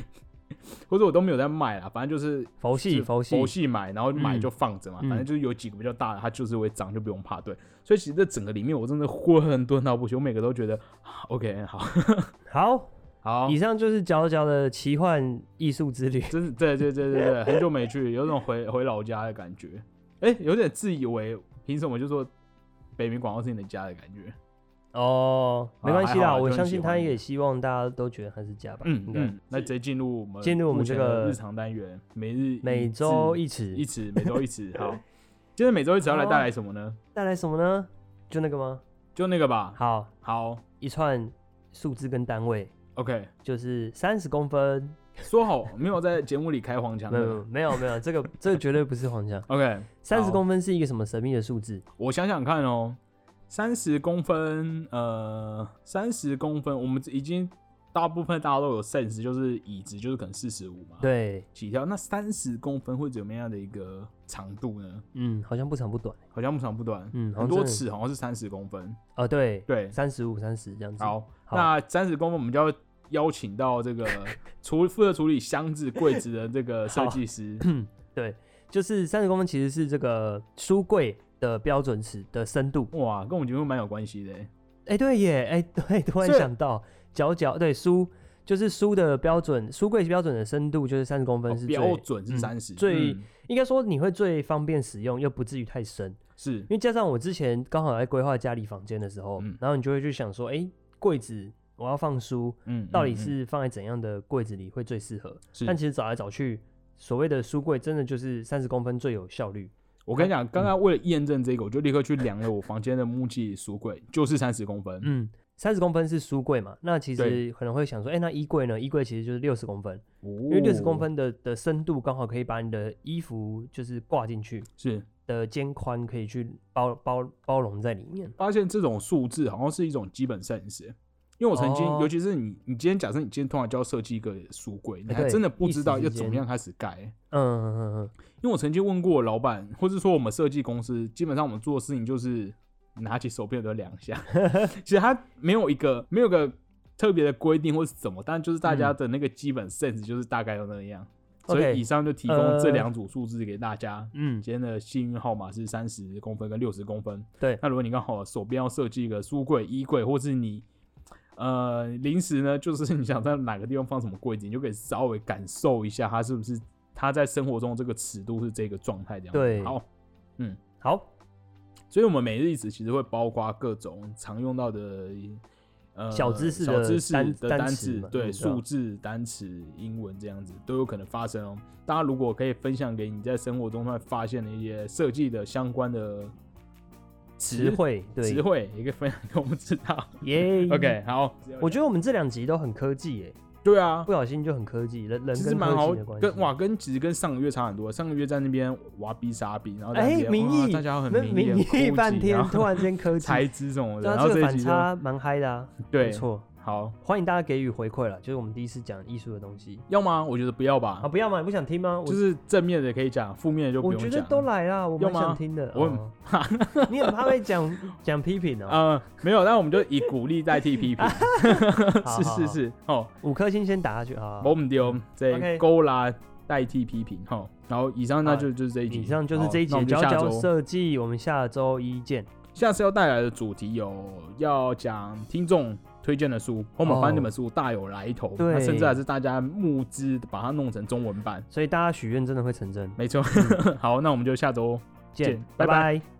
Speaker 2: 或者我都没有在卖啦，反正就是
Speaker 1: 佛系
Speaker 2: 是
Speaker 1: 佛系
Speaker 2: 佛系买，然后买
Speaker 1: 嗯
Speaker 2: 就放着嘛，
Speaker 1: 嗯
Speaker 2: 反正就是有几个比较大的，它就是会涨，就不用怕。对，所以其实这整个里面我真的混沌到不行，我每个都觉得啊 OK 好
Speaker 1: 好，
Speaker 2: 好
Speaker 1: 以，上就是角角的奇幻艺术之旅。
Speaker 2: 真的对对对对对，很久没去，有种回回老家的感觉，哎、有点自以为凭什么就说北明广告是你的家的感觉，
Speaker 1: 哦， 没关系
Speaker 2: 啊还
Speaker 1: 啦，
Speaker 2: 好啦
Speaker 1: 我
Speaker 2: 就很
Speaker 1: 相
Speaker 2: 喜
Speaker 1: 信他
Speaker 2: 欢
Speaker 1: 也希望大家都觉得他是家吧。
Speaker 2: 嗯
Speaker 1: 应该
Speaker 2: 嗯，那直接进入我们
Speaker 1: 进入我们
Speaker 2: 目前
Speaker 1: 这个
Speaker 2: 的日常单元，每日
Speaker 1: 每
Speaker 2: 一
Speaker 1: 周
Speaker 2: 字
Speaker 1: 一啊词
Speaker 2: 一词，每周一词，好，今天每周一词要来带来什么呢？
Speaker 1: 带来什么呢？就那个吗？
Speaker 2: 就那个吧，
Speaker 1: 好，
Speaker 2: 好
Speaker 1: 一串数字跟单位，
Speaker 2: ，OK，
Speaker 1: 就是三十公分。
Speaker 2: 说好没有在节目里开黄腔
Speaker 1: 没
Speaker 2: 的。
Speaker 1: 有没有没有，这个 这个绝对不是黄腔。
Speaker 2: OK，
Speaker 1: 三十
Speaker 2: 好
Speaker 1: 公分是一个什么神秘的数字？
Speaker 2: 我想想看哦，三十公分，呃，三十公分，我们已经大部分大家都有 sense，就是椅子就是可能四十五嘛，，
Speaker 1: 对，
Speaker 2: 起跳。那三十公分会怎么样的一个长度呢？
Speaker 1: 嗯，好像不长不短。
Speaker 2: 好像不长不短，
Speaker 1: 嗯，好像
Speaker 2: 很多
Speaker 1: 真的
Speaker 2: 尺好像是三十公分。
Speaker 1: 哦，对
Speaker 2: 对
Speaker 1: 三十五、三十这样子。
Speaker 2: 好，
Speaker 1: 好
Speaker 2: 那三十公分我们就要邀请到这个处负责处理箱子柜子的这个设 计师。
Speaker 1: 就是三十公分其实是这个书柜的标准尺的深度。
Speaker 2: 哇，跟我们节目蛮有关系的欸。
Speaker 1: 哎、对耶，哎、对，突然
Speaker 2: 所以
Speaker 1: 想到，角角对书就是书的标准，书柜标准的深度就是三十公分
Speaker 2: 哦
Speaker 1: 是最、
Speaker 2: 标准是
Speaker 1: 嗯
Speaker 2: 三十、
Speaker 1: 最
Speaker 2: 嗯
Speaker 1: 应该说你会最方便使用，又不至于太深。
Speaker 2: 是
Speaker 1: 因为加上我之前刚好在规划家里房间的时候，
Speaker 2: 嗯
Speaker 1: 然后你就会去想说，哎、柜子我要放书，
Speaker 2: 嗯，
Speaker 1: 到底
Speaker 2: 嗯
Speaker 1: 是放在怎样的柜子里会最适合？
Speaker 2: 是
Speaker 1: 但其实找来找去，所谓的书柜真的就是三十公分最有效率。
Speaker 2: 我跟
Speaker 1: 嗯
Speaker 2: 你讲，刚刚为了验证这个，我就立刻去量了我房间的木器书柜，就是三十公分。
Speaker 1: 嗯，三十公分是书柜嘛，那其实
Speaker 2: 对
Speaker 1: 可能会想说，哎、那衣柜呢？衣柜其实就是六十公分，
Speaker 2: 因
Speaker 1: 因为六十
Speaker 2: 哦
Speaker 1: 公分的的深度刚好可以把你的衣服就是挂进去
Speaker 2: 是
Speaker 1: 的肩宽可以去包包包容在里面。
Speaker 2: 发现这种数字好像是一种基本 sense，因为我曾经，
Speaker 1: 哦
Speaker 2: 尤其是你，你今天假设你今天突然就要设计一个书柜，你
Speaker 1: 哎
Speaker 2: 还
Speaker 1: 对
Speaker 2: 真的
Speaker 1: 一
Speaker 2: 不
Speaker 1: 时
Speaker 2: 知道
Speaker 1: 之
Speaker 2: 要怎么
Speaker 1: 间
Speaker 2: 样开始盖。
Speaker 1: 嗯嗯嗯
Speaker 2: 因为我曾经问过我老板，或是说我们设计公司，基本上我们做的事情就是拿起手边的量一下， 其实它没有一个没有个特别的规定或是怎么，但就是大家的那个基本 sense 就是大概要那样。
Speaker 1: 嗯
Speaker 2: 所
Speaker 1: OK，
Speaker 2: 以以上就提供
Speaker 1: 呃
Speaker 2: 这两组数字给大家。
Speaker 1: 嗯嗯，
Speaker 2: 今天的幸运号码是三十公分跟六十公分。
Speaker 1: 对
Speaker 2: 那如果你刚好手边要设计一个书柜、衣柜，或是你呃临时呢，就是 你想在哪个地方放什么柜子，你就可以稍微感受一下它是不是它在生活中这个尺度是这个状态这样子。
Speaker 1: 对
Speaker 2: 好，
Speaker 1: 好，
Speaker 2: 所以我们每日一词其实会包括各种常用到的。呃，
Speaker 1: 小知识的
Speaker 2: 小知识
Speaker 1: 单
Speaker 2: 的
Speaker 1: 单
Speaker 2: 单
Speaker 1: 词
Speaker 2: 词
Speaker 1: 嘛，
Speaker 2: 对
Speaker 1: 嗯对啊
Speaker 2: 数字、单词、英文这样子都有可能发生哦。大家如果可以分享给你在生活中突然发现的一些设计的相关的
Speaker 1: 词汇对
Speaker 2: 词汇，也可以分享给我们知 道。
Speaker 1: 耶
Speaker 2: OK，好，
Speaker 1: 我觉得我们这两集都很科技耶，
Speaker 2: 对啊
Speaker 1: 不，小心就很科技，人人
Speaker 2: 其实
Speaker 1: 跟
Speaker 2: 蛮好
Speaker 1: 科技的，关系。
Speaker 2: 跟哇，跟其实跟上个月差很多。上个月在那边哇逼杀逼，然后在那
Speaker 1: 哎
Speaker 2: 边
Speaker 1: 民
Speaker 2: 哇
Speaker 1: 意
Speaker 2: 大家很
Speaker 1: 那
Speaker 2: 民意
Speaker 1: 民
Speaker 2: 很
Speaker 1: 意
Speaker 2: 枯
Speaker 1: 半
Speaker 2: 燥
Speaker 1: 天
Speaker 2: 然，后
Speaker 1: 突然间科技，
Speaker 2: 才知啊什么的，
Speaker 1: 对啊，
Speaker 2: 然后
Speaker 1: 这个
Speaker 2: 这一
Speaker 1: 反
Speaker 2: 集就
Speaker 1: 差蛮嗨的啊，
Speaker 2: 对
Speaker 1: 不，错。
Speaker 2: 好，
Speaker 1: 欢迎大家给予回馈了，就是我们第一次讲艺术的东西
Speaker 2: 要吗？我觉得不要
Speaker 1: 啊，
Speaker 2: 吧，
Speaker 1: 不要嘛，你不想听吗？我
Speaker 2: 就是正面的可以讲，负面的就不
Speaker 1: 我
Speaker 2: 用
Speaker 1: 觉
Speaker 2: 讲。
Speaker 1: 得都来啦，我
Speaker 2: 要
Speaker 1: 蛮
Speaker 2: 吗
Speaker 1: 想听的。
Speaker 2: 我很
Speaker 1: 哦 你很怕被讲讲批评哦。
Speaker 2: 呃，没有，那我们就以鼓励代替批评，
Speaker 1: 好
Speaker 2: 是
Speaker 1: 好
Speaker 2: 是
Speaker 1: 好
Speaker 2: 是，哦，
Speaker 1: 五颗星先打下去啊。
Speaker 2: 我们丢这
Speaker 1: OK
Speaker 2: 勾拉代替批评，哈，然后以上那
Speaker 1: 好
Speaker 2: 就就是这一集，
Speaker 1: 以上就是
Speaker 2: 好
Speaker 1: 这一集
Speaker 2: 那我
Speaker 1: 的佼
Speaker 2: 们就下
Speaker 1: 佼
Speaker 2: 周
Speaker 1: 设计，我们下周一见。
Speaker 2: 下次要带来的主题有要讲听众推荐的书，我们
Speaker 1: 哦
Speaker 2: 发现这本书大有来头，
Speaker 1: 对
Speaker 2: 那甚至还是大家募资把它弄成中文版，
Speaker 1: 所以大家许愿真的会成真，
Speaker 2: 没错。好，那我们就下周见
Speaker 1: 见，
Speaker 2: 拜
Speaker 1: 拜
Speaker 2: 拜
Speaker 1: 拜。